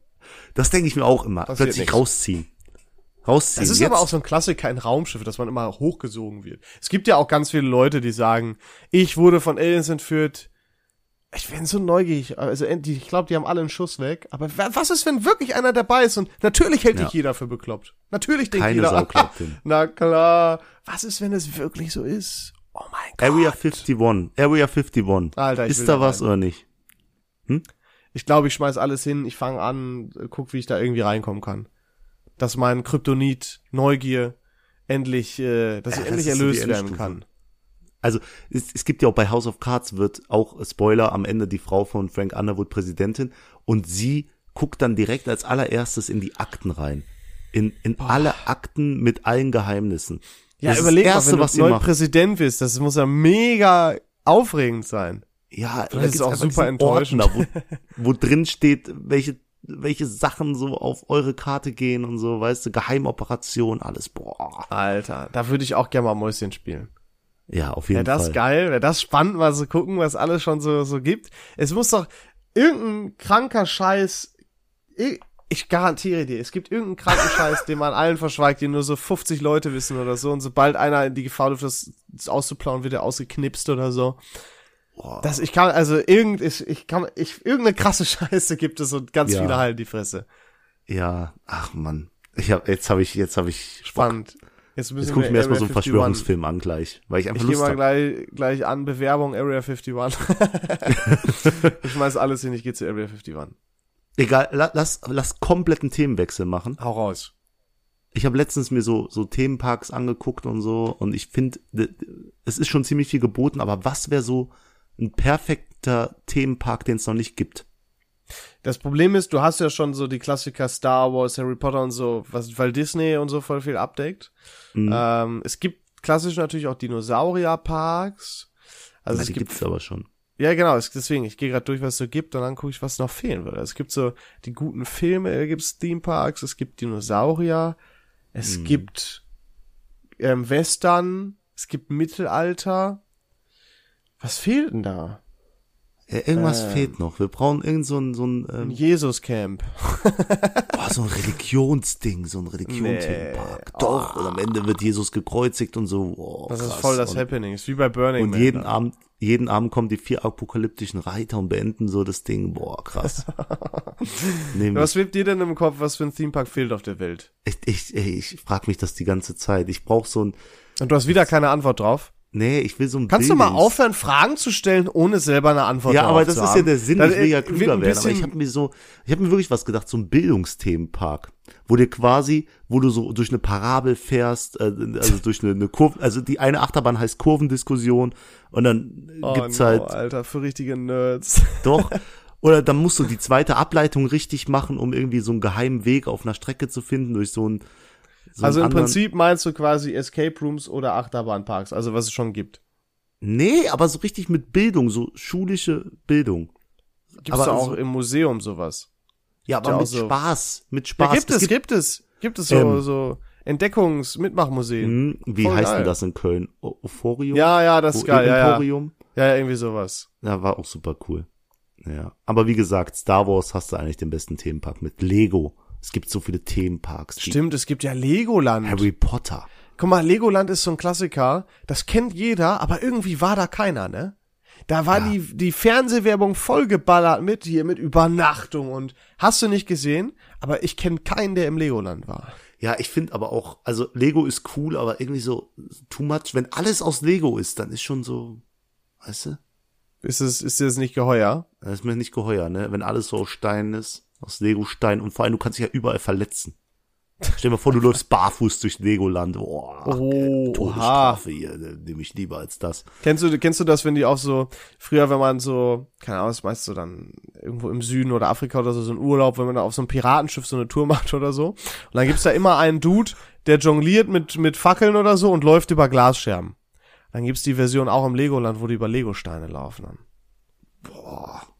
Das denke ich mir auch immer.
Passiert
Plötzlich
nichts.
rausziehen. Rausziehen.
Es ist
Jetzt-
aber auch so ein Klassiker, ein Raumschiff, dass man immer hochgesogen wird. Es gibt ja auch ganz viele Leute, die sagen, ich wurde von Aliens entführt. Ich bin so neugierig. Also, end- die- ich glaube, die haben alle einen Schuss weg. Aber wa- was ist, wenn wirklich einer dabei ist? Und natürlich hält
Ja.
dich jeder für bekloppt. Natürlich denkt
Keine
jeder,
Sau glaubt
"Ah,
dem."
na klar. Was ist, wenn es wirklich so ist? Oh mein Gott.
Area 51. Area 51.
Alter, ich will
ist da
da
was
rein.
oder nicht?
Ich glaube, ich schmeiß alles hin, ich fange an, äh, guck, wie ich da irgendwie reinkommen kann. Dass mein Kryptonit, Neugier endlich, äh, dass ich
das
endlich
ist so die
erlöst werden
Endstufe.
kann.
Also es, es gibt ja auch bei House of Cards wird auch äh, Spoiler am Ende die Frau von Frank Underwood Präsidentin und sie guckt dann direkt als allererstes in die Akten rein. In, in alle Akten mit allen Geheimnissen.
Ja,
das ist
überleg
das
mal,
Erste,
wenn du
was sie
neu
macht.
Präsident bist, das muss ja mega aufregend sein.
Ja, da
ist es
gibt's
auch
einfach
super
diesen Ordner,
enttäuschend.
wo, wo drin steht, welche, welche Sachen so auf eure Karte gehen und so, weißt du, Geheimoperation, alles, boah.
Alter, da würde ich auch gerne mal Mäuschen spielen.
Ja, auf
Wäre
jeden
das
Fall.
geil, wäre das spannend, mal zu gucken, was alles schon so, so gibt. Es muss doch irgendein kranker Scheiß, ich, ich garantiere dir, es gibt irgendeinen kranken Scheiß, den man allen verschweigt, den nur so 50 Leute wissen oder so. Und sobald einer in die Gefahr läuft, das das auszuplauen, wird er ausgeknipst oder so.
Boah.
Das, ich kann, also irgend, ich, ich kann, ich, irgendeine krasse Scheiße gibt es und ganz
Ja.
viele halten die Fresse.
Ja, ach man. Ich hab, jetzt habe ich, jetzt habe ich
Spannend. Jetzt müssen
Jetzt gucke ich mir erstmal so einen
Area 51
Verschwörungsfilm an gleich, weil ich einfach
Ich gehe
Lust
mal
habe.
gleich, gleich an, Bewerbung Area 51. ich schmeiß alles hin, ich gehe zu Area 51.
Egal, la- lass, lass kompletten Themenwechsel machen.
Hau raus.
Ich habe letztens mir so, so Themenparks angeguckt und so und ich finde, es ist schon ziemlich viel geboten, aber was wäre so ein perfekter Themenpark, den es noch nicht gibt?
Das Problem ist, du hast ja schon so die Klassiker Star Wars, Harry Potter und so, was, weil Disney und so voll viel abdeckt.
Mhm.
Ähm, es gibt klassisch natürlich auch Dinosaurierparks. Also
Na,
es
die
gibt,
gibt's aber schon.
Ja, genau, es- deswegen, ich gehe gerade durch, was es so gibt und dann gucke ich, was noch fehlen würde. Es gibt so die guten Filme, es gibt Theme Parks, es gibt Dinosaurier, es
Mhm.
gibt ähm, Western, es gibt Mittelalter. Was fehlt denn da?
Ja, irgendwas
Ähm.
fehlt noch. Wir brauchen irgend so ein, so ein, ähm,
Ein Jesus Camp.
boah, so ein Religionsding, so ein Religionsfilmpark. Doch, und am Ende wird Jesus gekreuzigt und so. Oh,
Das ist
krass.
voll das
und,
Happening, ist wie bei Burning
und
Man. ne?
jeden Abend, jeden Abend kommen die vier apokalyptischen Reiter und beenden so das Ding. Boah, krass. Nehmen wir
was schwebt dir denn im Kopf, was für ein Theme Park fehlt auf der Welt?
Ich, ich, ey, ich frag mich das die ganze Zeit. Ich brauche so ein.
Und du hast wieder keine Antwort drauf?
Nee, ich will so ein
Kannst du mal
Bildungs-
aufhören, Fragen zu stellen, ohne selber eine Antwort
Ja,
darauf
aber das
zu
ist
haben?
ja der Sinn,
Dann,
ich
äh,
will ja
wird ein
klüger werden. Aber ich
bisschen-
habe mir so, ich habe mir wirklich was gedacht, so ein Bildungsthemenpark, wo dir quasi, wo du so durch eine Parabel fährst, äh, also durch eine, eine Kurve, also die eine Achterbahn heißt Kurvendiskussion und dann
Oh,
gibt's
no,
halt
Alter, für richtige Nerds.
doch. Oder dann musst du die zweite Ableitung richtig machen, um irgendwie so einen geheimen Weg auf einer Strecke zu finden, durch so einen. So
Also im
einen anderen-
Prinzip meinst du quasi Escape Rooms oder Achterbahnparks, also was es schon gibt.
Nee, aber so richtig mit Bildung, so schulische Bildung.
Gibt's
Aber
da auch
so-
im Museum sowas?
Ja, aber
ja
mit
auch so-
Spaß, mit Spaß.
Ja, gibt es,
gibt,
gibt es. Gibt es so,
Ähm.
so Entdeckungs-Mitmachmuseen.
Hm, wie
Voll
heißt
geil.
denn das in Köln? O- Euphorium?
Ja, ja,
O-
das ist geil, ja, ja.
Emporium?
ja, ja, irgendwie sowas.
Ja, war auch super cool. Ja, aber wie gesagt, Star Wars hast du eigentlich den besten Themenpark mit Lego. Es gibt so viele Themenparks. Die
Stimmt, es gibt ja Legoland.
Harry Potter.
Guck mal, Legoland ist so ein Klassiker, das kennt jeder, aber irgendwie war da keiner, ne? Da war die, die Fernsehwerbung vollgeballert mit hier, mit Übernachtung und hast du nicht gesehen, aber ich kenne keinen, der im Legoland war.
Ja, ich finde aber auch, also Lego ist cool, aber irgendwie so too much. Wenn alles aus Lego ist, dann ist schon so, weißt du,
Ist es, ist dir das nicht geheuer?
das ist mir nicht geheuer, ne? Wenn alles so aus Stein ist, aus Lego Stein und vor allem du kannst dich ja überall verletzen. Stell dir mal vor, du läufst barfuß durch Legoland. Boah.
Oh, oha.
Todesstrafe hier, ne, nehme ich lieber als das.
Kennst du, kennst du das, wenn die auch so, früher, wenn man so, keine Ahnung, das meinst du dann irgendwo im Süden oder Afrika oder so, so einen Urlaub, wenn man da auf so einem Piratenschiff so eine Tour macht oder so. Und dann gibt's da immer einen Dude, der jongliert mit, mit Fackeln oder so und läuft über Glasscherben. Dann gibt's die Version auch im Legoland, wo die über Legosteine laufen. Dann.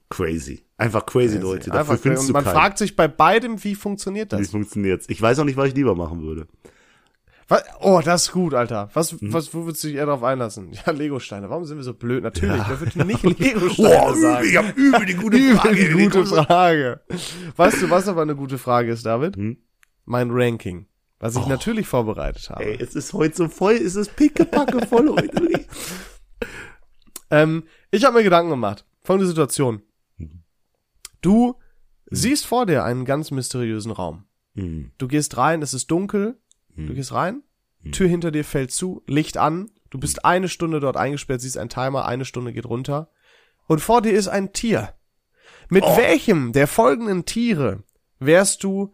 Crazy. Einfach crazy, Leute. Dafür
Einfach,
findest
und
du
man
keinen.
fragt sich bei beidem, wie funktioniert
wie
das?
funktioniert's? Ich weiß auch nicht, was ich lieber machen würde.
Was, oh, das ist gut, Alter. Was,
Hm?
was, wo würdest du dich eher drauf einlassen? Ja, Legosteine. Warum sind wir so blöd? Natürlich, wer würde nicht Legosteine sagen?
ich hab übel die gute
Übel die gute Frage. Weißt du, was aber eine gute Frage ist, David?
Hm?
Mein Ranking. Was ich natürlich vorbereitet habe.
Oh. Ey, es ist heute so voll, es ist pickepacke voll heute.
Ähm, ich habe mir Gedanken gemacht. Folgende Situation.
Hm.
Du siehst vor dir einen ganz mysteriösen Raum.
Hm,
Du gehst rein, es ist dunkel. Du gehst rein, Tür hinter dir fällt zu, Licht an. Du
Hm.
bist eine Stunde dort eingesperrt, siehst einen Timer, eine Stunde geht runter. Und vor dir ist ein Tier. Mit
Oh.
welchem der folgenden Tiere wärst du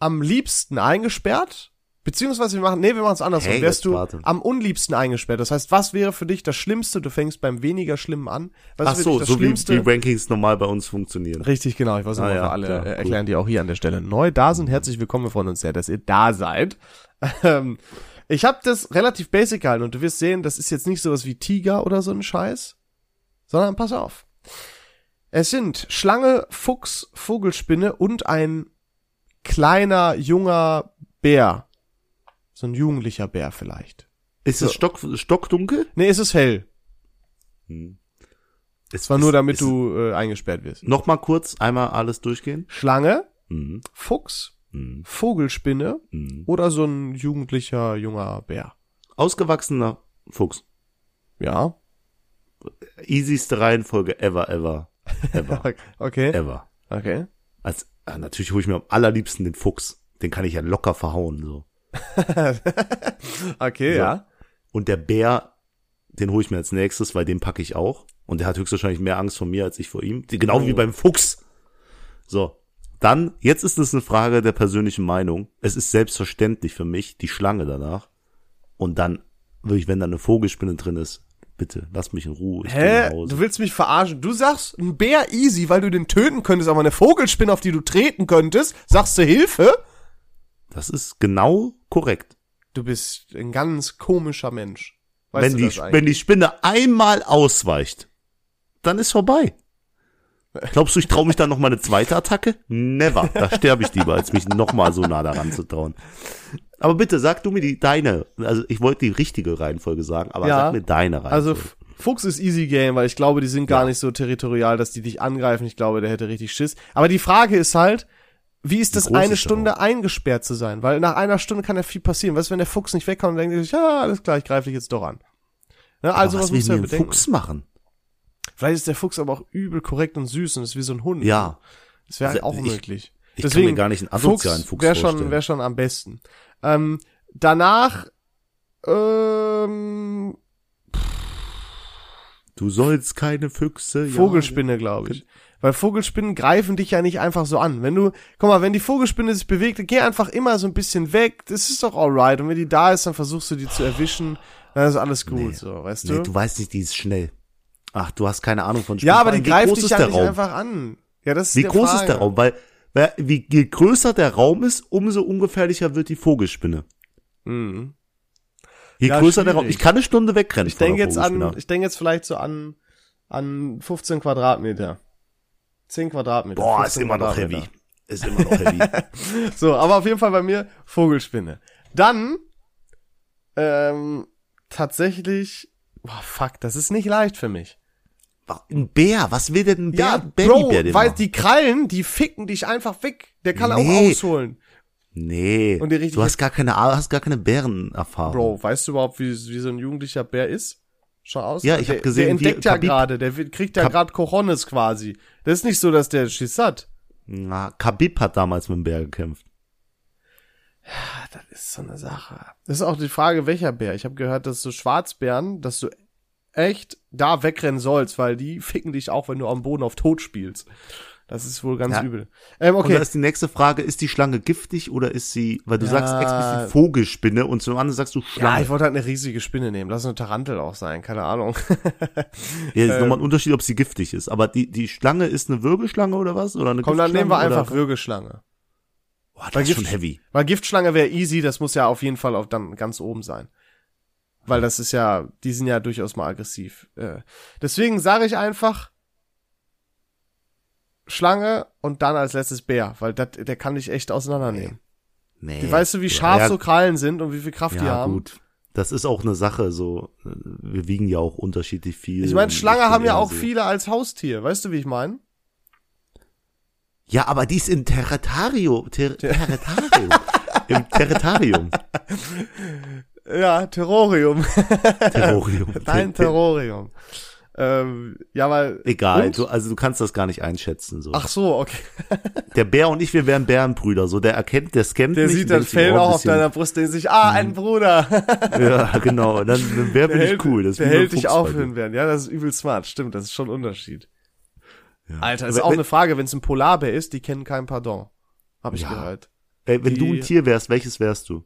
am liebsten eingesperrt? Beziehungsweise wir machen, nee, wir machen es andersrum.
Hey,
wärst
jetzt
du
warte.
am unliebsten eingesperrt? Das heißt, was wäre für dich das Schlimmste? Du fängst beim weniger Schlimmen an. Was
Ach
ist für
so,
dich das
so wie,
Schlimmste?
wie Rankings normal bei uns funktionieren.
Richtig, genau. Ich weiß nicht,
Ah,
ob
ja,
wir alle
klar,
äh,
cool.
erklären, die auch hier an der Stelle neu da sind. Herzlich willkommen, wir freuen uns sehr, dass ihr da seid. Ähm, ich habe das relativ basic gehalten und du wirst sehen, das ist jetzt nicht sowas wie Tiger oder so ein Scheiß, sondern pass auf. Es sind Schlange, Fuchs, Vogelspinne und ein kleiner, junger Bär. So ein jugendlicher Bär vielleicht.
Ist es stock, stockdunkel?
Nee, es ist hell.
Es
War nur damit du äh, eingesperrt wirst.
Noch mal kurz, einmal alles durchgehen.
Schlange,
Mhm.
Fuchs,
Mhm.
Vogelspinne
Mhm.
Oder so ein jugendlicher, junger Bär.
Ausgewachsener Fuchs.
Ja.
Easyste Reihenfolge ever, ever, ever,
Okay.
ever.
Okay.
Als, ah, natürlich hole ich mir am allerliebsten den Fuchs. Den kann ich ja locker verhauen. So.
Okay, ja.
Und der Bär, den hole ich mir als nächstes, weil den packe ich auch. Und der hat höchstwahrscheinlich mehr Angst vor mir als ich vor ihm. Die- Genau wie beim Fuchs. So. Dann, jetzt ist es eine Frage der persönlichen Meinung. Es ist selbstverständlich für mich, die Schlange danach. Und dann würde ich, wenn da eine Vogelspinne drin ist, bitte, lass mich in Ruhe. Ich gehe
Hä?
nach Hause.
Du willst mich verarschen. Du sagst, ein Bär easy, weil du den töten könntest, aber eine Vogelspinne, auf die du treten könntest, sagst du Hilfe?
Das ist genau korrekt.
Du bist ein ganz komischer Mensch. Weißt
wenn,
du
die,
das eigentlich?
wenn die Spinne einmal ausweicht, dann ist vorbei. Glaubst du, ich traue mich dann noch mal eine zweite Attacke? Never. Da sterbe ich lieber, als mich noch mal so nah daran zu trauen. Aber bitte, sag du mir die deine. Also ich wollte die richtige Reihenfolge sagen, aber
Ja.
sag mir deine Reihenfolge.
Also F- Fuchs ist easy game, weil ich glaube, die sind gar nicht so territorial, dass die dich angreifen. Ich glaube, der hätte richtig Schiss. Aber die Frage ist halt, wie ist das
groß
eine
ist er
Stunde eingesperrt zu sein? Weil nach einer Stunde kann ja viel passieren. Was, wenn der Fuchs nicht wegkommt und denkt er sich, ja, alles klar, ich greife dich jetzt doch an. Ne,
Aber
also was,
was
muss
will
er
mir ein
bedenken?
Fuchs machen?
Vielleicht ist der Fuchs aber auch übel korrekt und süß und ist wie so ein Hund.
Ja,
Das wäre
Also
auch
ich-
möglich.
ich kann mir gar nicht einen asozialen Fuchs
wär schon,
vorstellen.
wär schon am besten. Ähm, danach, ähm,
du sollst keine Füchse.
Vogelspinne, glaube ich. Weil Vogelspinnen greifen dich ja nicht einfach so an. Wenn du, guck mal, wenn die Vogelspinne sich bewegt, dann geh einfach immer so ein bisschen weg. Das ist doch alright. Und wenn die da ist, dann versuchst du die zu erwischen. Dann ist alles gut,
Nee.
so, weißt
Ja. Nee,
du?
du weißt nicht, die ist schnell. Ach, du hast keine Ahnung von Spielen.
ja,
Vor
aber die
allem, wie
greift
groß
dich
ist
ja
der
nicht
Raum?
einfach an. Ja, das ist
Wie
die
groß
Frage.
ist der Raum? Weil, weil wie, je größer der Raum ist, umso ungefährlicher wird die Vogelspinne.
Mhm.
Je
Ja,
größer der
schwierig.
Raum. Ich kann eine Stunde wegrennen.
Ich
von der
denke jetzt an,
Vogelspinne.
ich denke jetzt vielleicht so an, an 15 Quadratmeter. 10 Quadratmeter.
Boah,
15
ist immer noch
Quadratmeter.
heavy. Ist immer noch heavy.
So, aber auf jeden Fall bei mir Vogelspinne. Dann ähm, tatsächlich, boah, fuck, das ist nicht leicht für mich.
ein Bär, was will denn ein Bär?
Ja,
Babybär
Bro,
denn
weil
machen?
die Krallen, die ficken dich einfach weg. Der kann auch
Nee.
ausholen.
nee,
Und die richtige-
du hast gar keine, Ah- hast gar keine Bärenerfahrung.
Bro, weißt du überhaupt, wie, wie so ein jugendlicher Bär ist? Schau aus.
Ja, ich hab
der,
gesehen,
Der
wie
entdeckt ja
Khabib-
gerade, der wird- kriegt ja gerade Kochonis quasi. Das ist nicht so, dass der Schiss hat.
Na, Khabib hat damals mit dem Bär gekämpft.
Das ist so eine Sache. Das ist auch die Frage, welcher Bär. Ich habe gehört, dass so Schwarzbären, dass du echt da wegrennen sollst, weil die ficken dich auch, wenn du am Boden auf Tod spielst. Das ist wohl ganz
Ja.
übel. Ähm,
Und da
okay.
ist die nächste Frage, ist die Schlange giftig oder ist sie, weil du
Ja.
sagst explizit Vogelspinne und zum anderen sagst du
Ja,
Schlange.
ich wollte halt eine riesige Spinne nehmen. Lass eine Tarantel auch sein, keine Ahnung.
Ja,
Äh,
ist nochmal ein Unterschied, ob sie giftig ist. Aber die, die Schlange ist eine Wirbelschlange oder was? Oder eine
Komm, dann nehmen wir
Giftschlange
einfach
Oder?
Würgeschlange.
Boah,
Weil
das ist schon
Gift-
heavy.
Weil Giftschlange wäre easy, das muss ja auf jeden Fall auf dann ganz oben sein. Weil das ist ja, die sind ja durchaus mal aggressiv. Äh, deswegen sage ich einfach Schlange und dann als letztes Bär, weil dat, der kann dich echt auseinandernehmen.
Nee.
Die, weißt du, wie scharf
Äh, ja,
so Krallen sind und wie viel Kraft die
ja,
haben?
gut. Das ist auch eine Sache, so. äh, Wir wiegen ja auch unterschiedlich viel.
Ich meine,
und
Schlange
bin
haben ja
eher
auch
so-
viele als Haustier, weißt du, wie ich meine?
Ja, aber die ist in Territario. Ter Territario. Im Territarium.
Ja, Terrorium.
Terrorium.
Dein Terrorium. ähm, ja, weil.
Egal,
Und?
du, also du kannst das gar nicht einschätzen. So.
Ach so, okay.
Der Bär und ich, wir wären Bärenbrüder. So, der erkennt, der scannt
Der
mich.
sieht
und
dann
denkt sich,
Fell
oh, ein
auch auf
bisschen- Mhm.
deiner Brust, der sich, ah, ein Bruder.
Ja, genau. Und Dann, dann wär bin ich cool. Das ist
der
wie beim
hält dich
Fuchs
auf
bei
für
dir.
den Bären. Ja, das ist übel smart. Stimmt, das ist schon ein Unterschied. Alter, ist
Aber
auch
wenn-
eine Frage, wenn es ein Polarbär ist, die kennen kein Pardon. Habe ich
Ja.
gehört.
Ey, wenn du ein
Die-
Tier wärst, welches wärst du?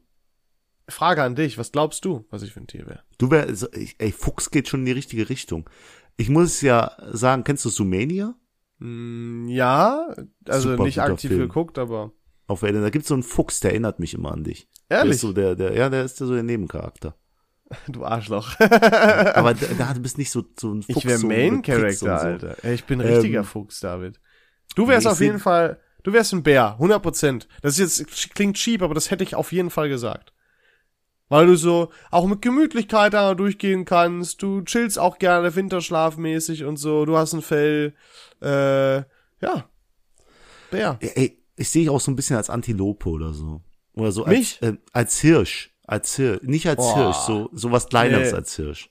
Frage an dich, was glaubst du, was ich für ein Tier wäre?
Du wärst, ey, Fuchs geht schon in die richtige Richtung. Ich muss es ja sagen, kennst du Sumania?
Hm, ja, also
Super
nicht
guter
aktiv
Film.
geguckt, aber
Auf der Erde, da gibt's so einen Fuchs, der erinnert mich immer an dich. Der
ehrlich,
ist so der, der, ja, der ist so der Nebencharakter.
du Arschloch.
Aber da, da du bist nicht so, so ein Fuchs.
ich wäre
so mit
Main
Tricks und
Character,
so.
Alter. Ey, ich bin richtiger
Ähm,
Fuchs, David. Du wärst
nee, ich
auf jeden
seh-
Fall, du wärst ein Bär, 100 Prozent. Das ist jetzt klingt cheap, aber das hätte ich auf jeden Fall gesagt. Weil du so auch mit Gemütlichkeit da durchgehen kannst. Du chillst auch gerne winterschlafmäßig und so. Du hast ein Fell. Äh, ja. Bär.
Ey, Ey, ich sehe dich auch so ein bisschen als Antilope oder so. Oder so als,
Mich?
Äh, als Hirsch. Als Hirsch. Nicht als
Boah.
Hirsch, so, so was Kleineres
Nee.
als Hirsch.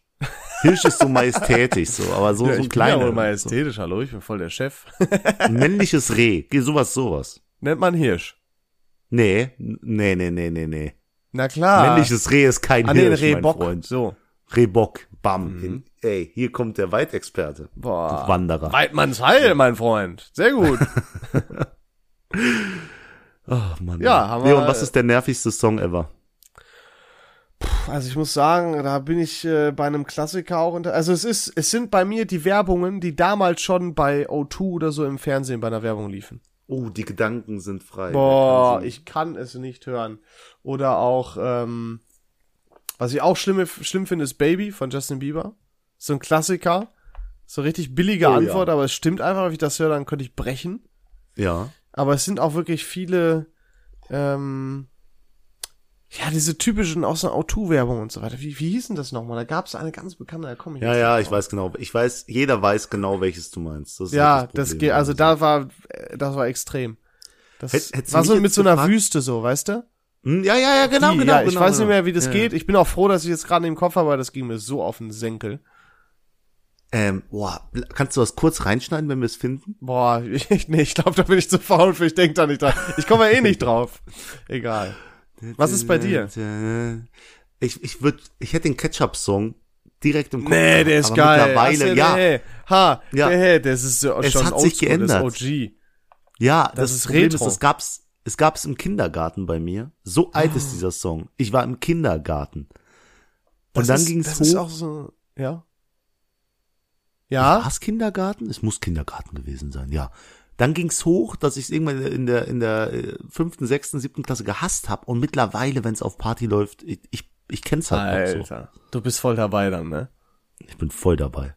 Hirsch ist so majestätisch, so, aber so,
ja,
so ein
ich bin ja wohl
kleiner. so.
majestätisch, hallo, ich bin voll der Chef.
Ein männliches Reh. Geh, Sowas, sowas.
Nennt man Hirsch.
Nee, nee, nee, nee, nee, nee.
Na klar.
Männliches Reh ist kein
Ah, nee, ein
Hirsch, mein
Rehbock. Mhm.
Freund.
So.
Rehbock, bam. In, ey, hier kommt der Weitexperte.
Boah.
Du Wanderer.
Weidmanns Heil, mein Freund. Sehr gut.
Ach, Oh, Mann.
Ja, haben wir-
Leon, was ist der nervigste Song ever?
Also ich muss sagen, da bin ich äh, bei einem Klassiker auch unter. Also es ist, es sind bei mir die Werbungen, die damals schon bei O2 oder so im Fernsehen bei einer Werbung liefen.
Oh, die Gedanken sind frei.
Boah, ich kann es nicht hören. Oder auch, ähm, was ich auch schlimm, schlimm finde, ist Baby von Justin Bieber. So ein Klassiker. So richtig billige
Oh, ja.
Antwort, aber es stimmt einfach, wenn ich das höre, dann könnte ich brechen.
Ja.
Aber es sind auch wirklich viele, ähm, ja, diese typischen aus der Auto-Werbung und so weiter. Wie, wie hieß denn das nochmal? Da gab es eine ganz bekannte, da komme ich
Ja,
jetzt
ja,
nicht
ich
drauf.
weiß genau. Ich weiß, jeder weiß genau, welches du meinst. Das ist
Ja,
halt
das,
Problem.
geht, also da war, äh, das war extrem. Das
Hätt- hättest du
war
mich
so
jetzt
mit so einer
gefragt-
Wüste so, weißt du?
Hm, Ja, ja, ja, genau,
Die,
genau.
ja, ich
genau,
weiß
genau.
nicht mehr, wie das
Ja.
geht. Ich bin auch froh, dass ich jetzt gerade im Kopf habe, weil das ging mir so auf den Senkel.
Ähm, boah, kannst du das kurz reinschneiden, wenn wir es finden?
Boah, ich, nee, ich glaube, da bin ich zu faul für. Ich denk da nicht dran. Ich komme ja eh nicht drauf. Egal. Was ist bei dir?
Ich, ich würde, ich hätte den Ketchup-Song direkt im Kopf.
Nee, der ist
aber
geil.
Mittlerweile,
Hast du-
ja,
Nee. Ha,
Ja.
nee, das ist so
Es
schon
hat
oldschool,
sich geändert.
Das ist OG.
ja, das,
ist
Problem
Retro.
ist, das gab's, es gab's im Kindergarten bei mir. So alt ist dieser Song. Ich war im Kindergarten.
Das
Und dann
ist-
ging's
Das ist
hoch.
auch so, ja. Ja,
War's Kindergarten? Es muss Kindergarten gewesen sein, ja. Dann ging's hoch, dass ich es irgendwann in der in der äh, fünften, sechsten, siebten Klasse gehasst habe. Und mittlerweile, wenn es auf Party läuft, ich ich, ich kenn's halt noch so.
Alter. Du bist voll dabei dann, ne?
Ich bin voll dabei.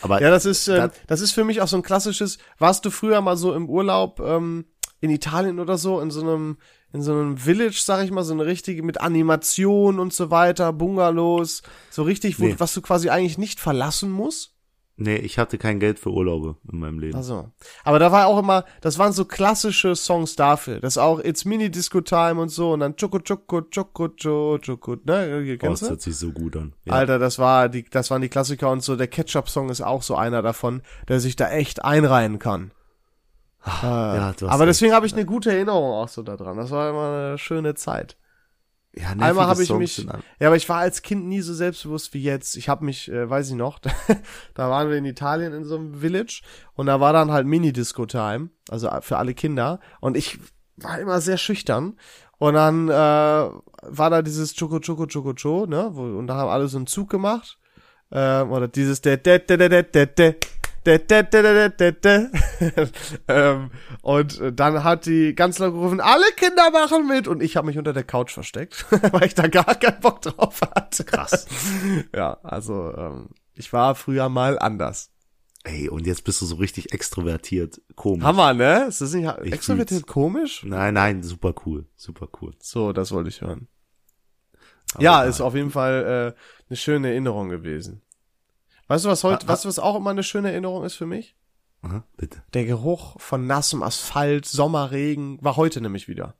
Aber
Ja, das ist, ähm,
Das-
das ist für mich auch so ein klassisches, warst du früher mal so im Urlaub ähm, in Italien oder so, in so einem, in so einem Village, sag ich mal, so eine richtige mit Animation und so weiter, Bungalows, so richtig, wo,
Nee.
was du quasi eigentlich nicht verlassen musst?
nee, ich hatte kein Geld für Urlaube in meinem Leben.
Also. Aber da war auch immer, das waren so klassische Songs dafür. Das auch It's Mini Disco Time und so und dann Choco Choco Choco Choco, Choco ne?
oh,
Kennst
das
du?
hört sich so gut an. Ja.
Alter, das war die, das waren die Klassiker und so. Der Ketchup-Song ist auch so einer davon, der sich da echt einreihen kann. Äh,
Ah, ja, du hast
aber
recht.
deswegen habe ich eine gute Erinnerung auch so daran. Das war immer eine schöne Zeit.
ja,
Einmal
nervige
habe ich
Ah, Songs
mich,
sind an-
ja, aber ich war als Kind nie so selbstbewusst wie jetzt. Ich habe mich, äh, weiß ich noch, da, waren wir in Italien in so einem Village und da war dann halt Mini-Disco-Time, also äh, für alle Kinder. Und ich war immer sehr schüchtern. Und dann äh, war da dieses Choco Choco Choco Cho, ne? Wo, und da haben alle so einen Zug gemacht. Ähm, oder dieses de de de de de de de de de de de de de de ähm, und äh, dann hat die ganz laut gerufen, alle Kinder machen mit und ich habe mich unter der Couch versteckt, weil ich da gar keinen Bock drauf hatte.
Krass.
ja, also ähm, ich war früher mal anders.
Ey, und jetzt bist du so richtig extrovertiert. Komisch.
Hammer, ne? Ist das nicht
Ich
extrovertiert komisch?
nein, nein, super cool. Super cool.
So, das wollte ich hören.
Aber
ja,
egal.
ist auf jeden Fall äh, eine schöne Erinnerung gewesen. Weißt du, was
Ah,
heute,
ah.
weißt du, was auch immer eine schöne Erinnerung ist für mich?
Aha, bitte.
Der Geruch von nassem Asphalt, Sommerregen war heute nämlich wieder.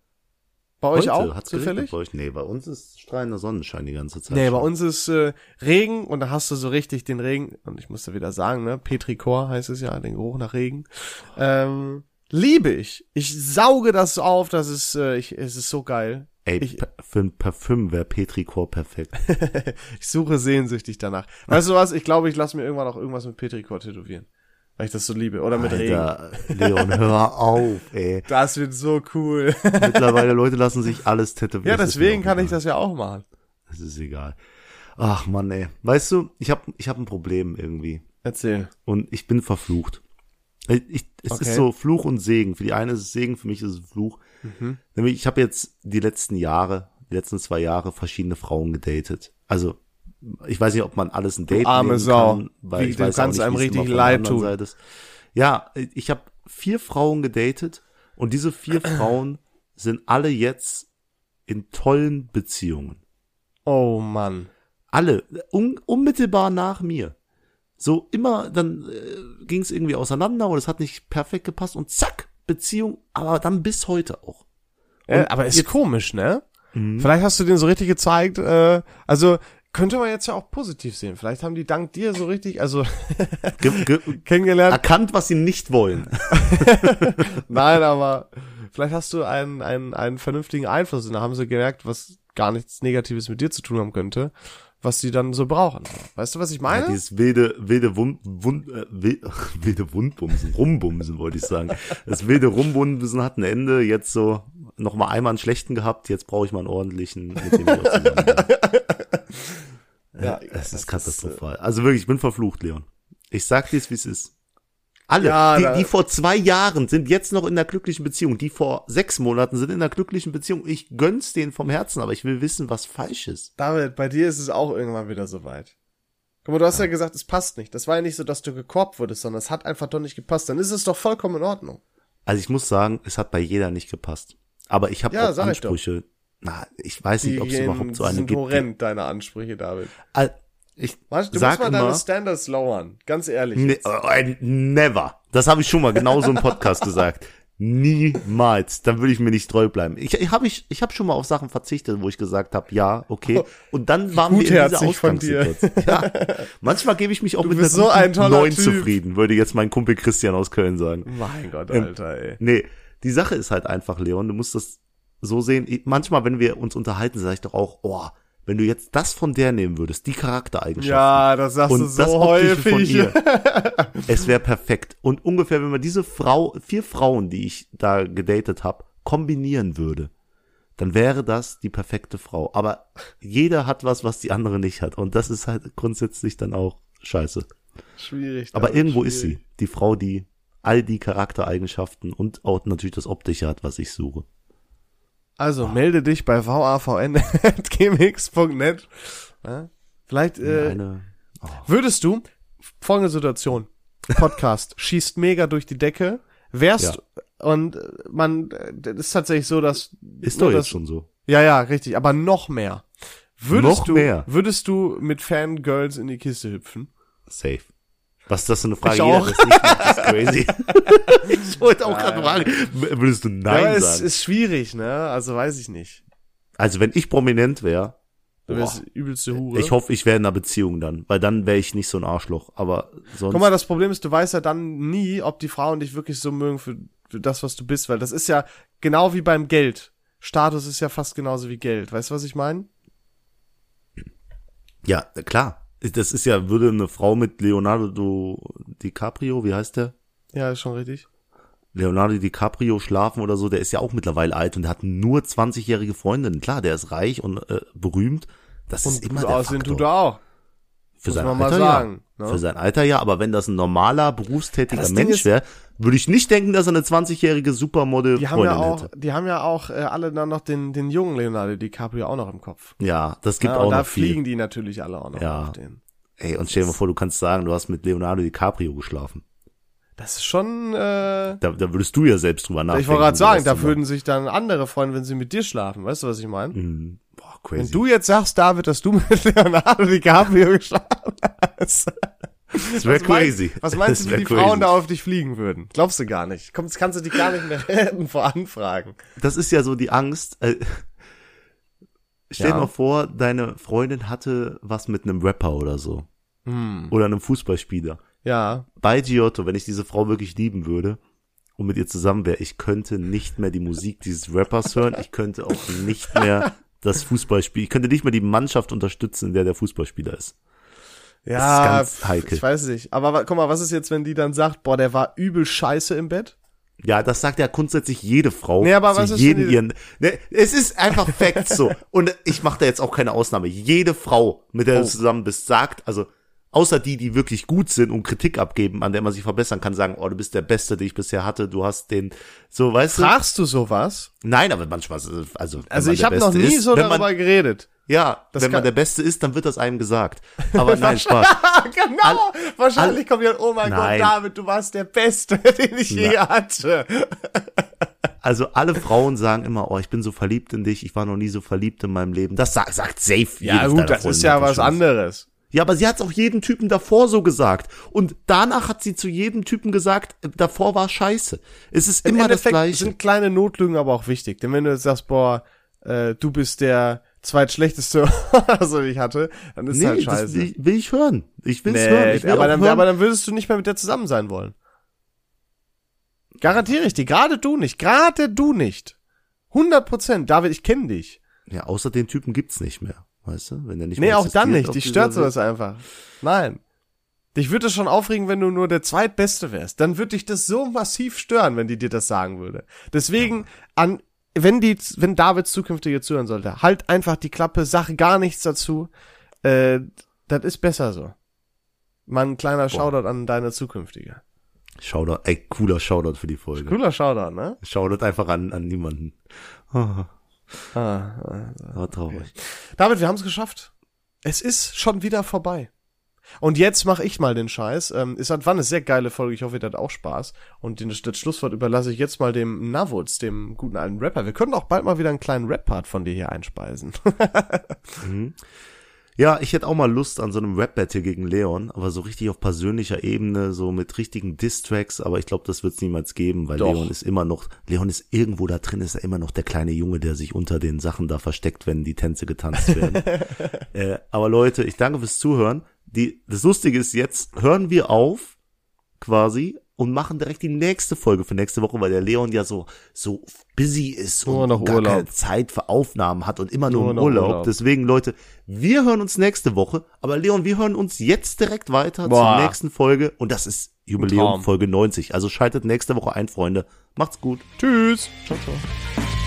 Bei euch
Heute
auch
hat's geregnet
zufällig?
Bei euch? Nee, bei uns ist strahlender Sonnenschein die ganze Zeit.
Nee, bei
schon.
uns ist äh, Regen und da hast du so richtig den Regen, und ich musste wieder sagen, ne, Petrichor heißt es ja, den Geruch nach Regen. Ähm, liebe ich. Ich sauge das auf, das ist, äh, ich, es ist so geil.
Ey,
ich-
pa- für ein Parfüm wäre Petrichor perfekt.
Ich suche sehnsüchtig danach. Weißt du was? Ich glaube, ich lasse mir irgendwann auch irgendwas mit Petrichor tätowieren. Weil ich das so liebe. Oder mit Regen.
Alter, Leon, hör auf, ey.
Das wird so cool.
Mittlerweile Leute lassen sich alles tätowieren.
ja,
Das ist
deswegen
mir auch
kann ich
egal.
das ja auch machen.
Das ist egal. Ach Mann, ey. Weißt du, ich hab, ich hab ein Problem irgendwie.
Erzähl. Und
Ich bin verflucht. Ich, ich, es
Okay.
ist so Fluch und Segen. Für die eine ist es Segen, für mich ist es Fluch.
Mhm.
Nämlich, ich habe jetzt die letzten Jahre, die letzten zwei Jahre verschiedene Frauen gedatet. Also, ich weiß nicht, ob man alles ein Date
arme
nehmen
Sau.
kann, weil
Wie,
ich
du
weiß auch
kannst
nicht,
einem
wie es
richtig
immer von der
leid
anderen
tun.
Seite ist. Ja, ich habe vier Frauen gedatet und diese vier Frauen sind alle jetzt in tollen Beziehungen
Oh Mann.
alle un unmittelbar nach mir. So immer, dann äh, ging es irgendwie auseinander oder es hat nicht perfekt gepasst und zack, Beziehung, aber dann bis heute auch.
Äh, aber ist komisch, ne? Vielleicht hast du den so richtig gezeigt, äh, also könnte man jetzt ja auch positiv sehen. Vielleicht haben die dank dir so richtig, also
Ge ge
kennengelernt.
erkannt, was sie nicht wollen.
Nein, aber vielleicht hast du einen, einen, einen vernünftigen Einfluss und da haben sie gemerkt, was gar nichts Negatives mit dir zu tun haben könnte, was sie dann so brauchen. Weißt du, was ich
Ja,
meine?
dieses wilde, wilde Wund, Wund, äh, wil- wilde Wundbumsen, Rumbumsen wollte ich sagen. Das wilde Rumbumsen hat ein Ende, jetzt so noch mal einmal einen schlechten gehabt, jetzt brauche ich mal einen ordentlichen, mit dem ich auch zusammen bin.
Ja,
Es ist katastrophal. also wirklich, ich bin verflucht, Leon. Ich sag dir es, wie es ist. Alle,
Ja, da-
die, die vor zwei Jahren sind jetzt noch in der glücklichen Beziehung, die vor sechs Monaten sind in der glücklichen Beziehung. Ich gönn's denen vom Herzen, aber ich will wissen, was falsch ist.
David, bei dir ist es auch irgendwann wieder soweit. Guck mal, du hast ja gesagt, es passt nicht. Das war ja nicht so, dass du gekorbt wurdest, sondern es hat einfach doch nicht gepasst. Dann ist es doch vollkommen in Ordnung.
Also ich muss sagen, es hat bei jeder nicht gepasst. Aber ich habe
Ja,
auch
sag ich doch.
Ansprüche. Na, ich weiß nicht, ob es
gehen-
überhaupt so eine
sind
gibt. die-
horrend, deine Ansprüche, David.
Al- Ich
Mann, Du
sag
musst mal deine
immer,
Standards lowern, ganz ehrlich.
ne,
jetzt.
äh, never. Das habe ich schon mal genauso im Podcast gesagt. Niemals. Dann würde ich mir nicht treu bleiben. Ich, ich habe ich, ich hab schon mal auf Sachen verzichtet, wo ich gesagt habe, ja, okay. Und dann waren wir in dieser
Gutherzig von dir.
Ausgangssituation. Ja. Manchmal gebe ich mich auch mit
bist
einer
so ein
guten
toller
Neun
Typ.
zufrieden, würde jetzt mein Kumpel Christian aus Köln sagen.
Mein Gott,
Ähm,
Alter, ey.
Nee, die Sache ist halt einfach, Leon, du musst das so sehen. Ich- Manchmal, wenn wir uns unterhalten, sage ich doch auch, oh, wenn du jetzt das von der nehmen würdest, die Charaktereigenschaften.
Ja, das sagst du
Und das
so
Optische von
häufig.
ihr. Es wäre perfekt. Und ungefähr, wenn man diese Frau, vier Frauen, die ich da gedatet habe, kombinieren würde, dann wäre das die perfekte Frau. Aber jeder hat was, was die andere nicht hat. Und das ist halt grundsätzlich dann auch scheiße.
Schwierig.
Aber
David,
irgendwo
schwierig.
ist sie. Die Frau, die all die Charaktereigenschaften und auch natürlich das Optische hat, was ich suche. Ah.
Also melde dich bei wavn.gmx.net. Ja? Vielleicht äh,
Eine, oh,
würdest du folgende Situation: Podcast schießt mega durch die Decke, wärst und äh, man äh, das ist tatsächlich so, dass
ist
nur
doch
das-
jetzt schon so.
Ja, ja, richtig, aber noch mehr. Würdest
Noch
du
mehr?
würdest du mit Fangirls in die Kiste hüpfen?
Safe. Was ist das für eine Frage?
Ich
Jeder,
auch.
das nicht macht, ist crazy. ich wollte auch gerade fragen, w- würdest du
ja,
Nein
aber es
sagen?
ist schwierig, ne? Also weiß ich nicht.
also wenn ich prominent wäre,
Du wärst übelste Hure.
ich hoffe, ich wäre in einer Beziehung dann, weil dann wäre ich nicht so ein Arschloch. Aber sonst,
Guck mal, das Problem ist, du weißt ja dann nie, ob die Frauen dich wirklich so mögen für, für das, was du bist, weil das ist ja genau wie beim Geld. Status ist ja fast genauso wie Geld. Weißt du, was ich meine?
ja, klar. Das ist ja, würde eine Frau mit Leonardo DiCaprio, wie heißt der?
Ja, ist schon richtig.
Leonardo DiCaprio schlafen oder so, der ist ja auch mittlerweile alt und der hat nur 20-jährige Freundinnen. Klar, der ist reich und äh, berühmt. Das ist
Und
immer
gut
der
aussehen
Faktor.
tut er auch.
Für sein
man mal
Alter
sagen,
ja.
ne?
Für sein Alter ja, aber wenn das ein normaler, berufstätiger
Das Ding
Mensch
ist-
wäre, würde ich nicht denken, dass er eine 20-jährige Supermodel
Die haben
Freundin
ja auch,
hätte.
die haben ja auch äh, alle dann noch den, den jungen Leonardo DiCaprio auch noch im Kopf.
Ja, das gibt
Ja,
auch
und da
noch viel.
fliegen die natürlich alle auch noch
Ja.
auf den.
Ey, und stell dir mal vor, du kannst sagen, du hast mit Leonardo DiCaprio geschlafen.
Das ist schon, äh,
Da, da würdest du ja selbst drüber nachdenken.
ich wollte gerade sagen, da
sowas zu
würden sich dann andere freuen, wenn sie mit dir schlafen. Weißt du, was ich meine?
machen. Mhm. Boah,
Wenn
crazy.
du jetzt sagst, David, dass du mit Leonardo DiCaprio geschlafen hast.
das wäre
Was meinst-
crazy.
Was meinst
Das
du,
wär
wie die
crazy.
Frauen da auf dich fliegen würden? Glaubst du gar nicht. Kommst, kannst du die gar nicht mehr retten vor Anfragen.
das ist ja so die Angst. Äh, stell
Ja.
dir mal vor, deine Freundin hatte was mit einem Rapper oder so.
Hm.
Oder einem Fußballspieler.
Ja.
Bei Giotto, wenn ich diese Frau wirklich lieben würde und mit ihr zusammen wäre, ich könnte nicht mehr die Musik dieses Rappers hören. Ich könnte auch nicht mehr das Fußballspiel, ich könnte nicht mehr die Mannschaft unterstützen, in der der Fußballspieler ist.
Ja,
Das ist ganz
pf,
heikel.
ich weiß nicht. Aber wa- guck mal, was ist jetzt, wenn die dann sagt, boah, der war übel scheiße im Bett?
Ja, das sagt ja grundsätzlich jede Frau.
Nee, aber
zu
was ist,
jeden
wenn die-
ihren. Ne, es ist einfach Fact so. Und ich mache da jetzt auch keine Ausnahme. Jede Frau, mit der
Oh.
du zusammen bist, sagt, also außer die, die wirklich gut sind und Kritik abgeben, an der man sich verbessern kann, sagen, oh, du bist der Beste, den ich bisher hatte, du hast den, so, weißt du?
Fragst du sowas?
Nein, aber manchmal, ist es- also wenn
Also
man
ich
der
habe noch
Beste
nie
ist,
so
wenn
darüber
man,
geredet.
ja, wenn
kann-
man der Beste ist, dann wird das einem gesagt. Aber nein, Spaß.
genau. wahrscheinlich kommt ja, oh mein
Nein.
Gott, David, du warst der Beste, den ich je hatte.
Also alle Frauen sagen immer, oh, ich bin so verliebt in dich, ich war noch nie so verliebt in meinem Leben. Das sagt, sagt safe.
Ja
jedes
gut,
deiner
das
Freunde
ist ja
hat
was
schon.
anderes.
Ja, aber sie hat's auch jedem Typen davor so gesagt. Und danach hat sie zu jedem Typen gesagt, äh, davor war scheiße. Es ist
Im
immer das
Endeffekt
Gleiche.
sind kleine Notlügen aber auch wichtig. Denn wenn du jetzt sagst, boah, äh, du bist der zweitschlechteste, was ich hatte, dann ist
nee,
halt
das
scheiße.
will ich- will ich hören. Ich will's
Nee,
hören. Ich will
aber,
auch
dann,
hören.
aber dann würdest du nicht mehr mit der zusammen sein wollen. Garantiere ich dir, gerade du nicht, gerade du nicht. 100 Prozent, David, ich kenne dich.
ja, außer den Typen gibt's nicht mehr. Weißt du, wenn der nicht
Nee,
mehr
auch dann
existiert
nicht,
auf
dich
dieser
stört
Welt.
sowas einfach. Nein. Dich würde es schon aufregen, wenn du nur der Zweitbeste wärst. Dann würde dich das so massiv stören, wenn die dir das sagen würde. Deswegen, an, wenn die, wenn David zukünftig jetzt zuhören sollte, halt einfach die Klappe, sag gar nichts dazu. Äh, das ist besser so. Mal ein kleiner Shoutout an deine zukünftige.
Shoutout, ey, cooler Shoutout für die Folge.
Cooler Shoutout, ne?
Shoutout einfach an, an niemanden.
Ah, ah.
War traurig.
David, wir haben es geschafft. Es ist schon wieder vorbei. Und jetzt mache ich mal den Scheiß. Ähm, ist an wann eine sehr geile Folge. Ich hoffe, ihr hattet auch Spaß. Und den, das Schlusswort überlasse ich jetzt mal dem Navutz, dem guten alten Rapper. Wir können auch bald mal wieder einen kleinen Rap-Part von dir hier einspeisen.
mhm. Ja, ich hätte auch mal Lust an so einem Rap-Battle gegen Leon, aber so richtig auf persönlicher Ebene, so mit richtigen Diss-Tracks, aber ich glaube, das wird's niemals geben, weil
Doch.
Leon ist immer noch, Leon ist irgendwo da drin, ist er immer noch der kleine Junge, der sich unter den Sachen da versteckt, wenn die Tänze getanzt werden. äh, aber Leute, ich danke fürs Zuhören. Die, das Lustige ist, jetzt hören wir auf, quasi, und machen direkt die nächste Folge für nächste Woche, weil der Leon ja so, so busy ist
Nur
und
noch
gar keine
Urlaub.
Zeit für Aufnahmen hat und immer nur,
Nur
im
noch
Urlaub.
Urlaub.
Deswegen, Leute, wir hören uns nächste Woche. Aber Leon, wir hören uns jetzt direkt weiter
Boah.
zur nächsten Folge. Und das ist Jubiläum
Traum.
Folge 90. Also schaltet nächste Woche ein, Freunde. Macht's gut.
Tschüss. Ciao, ciao.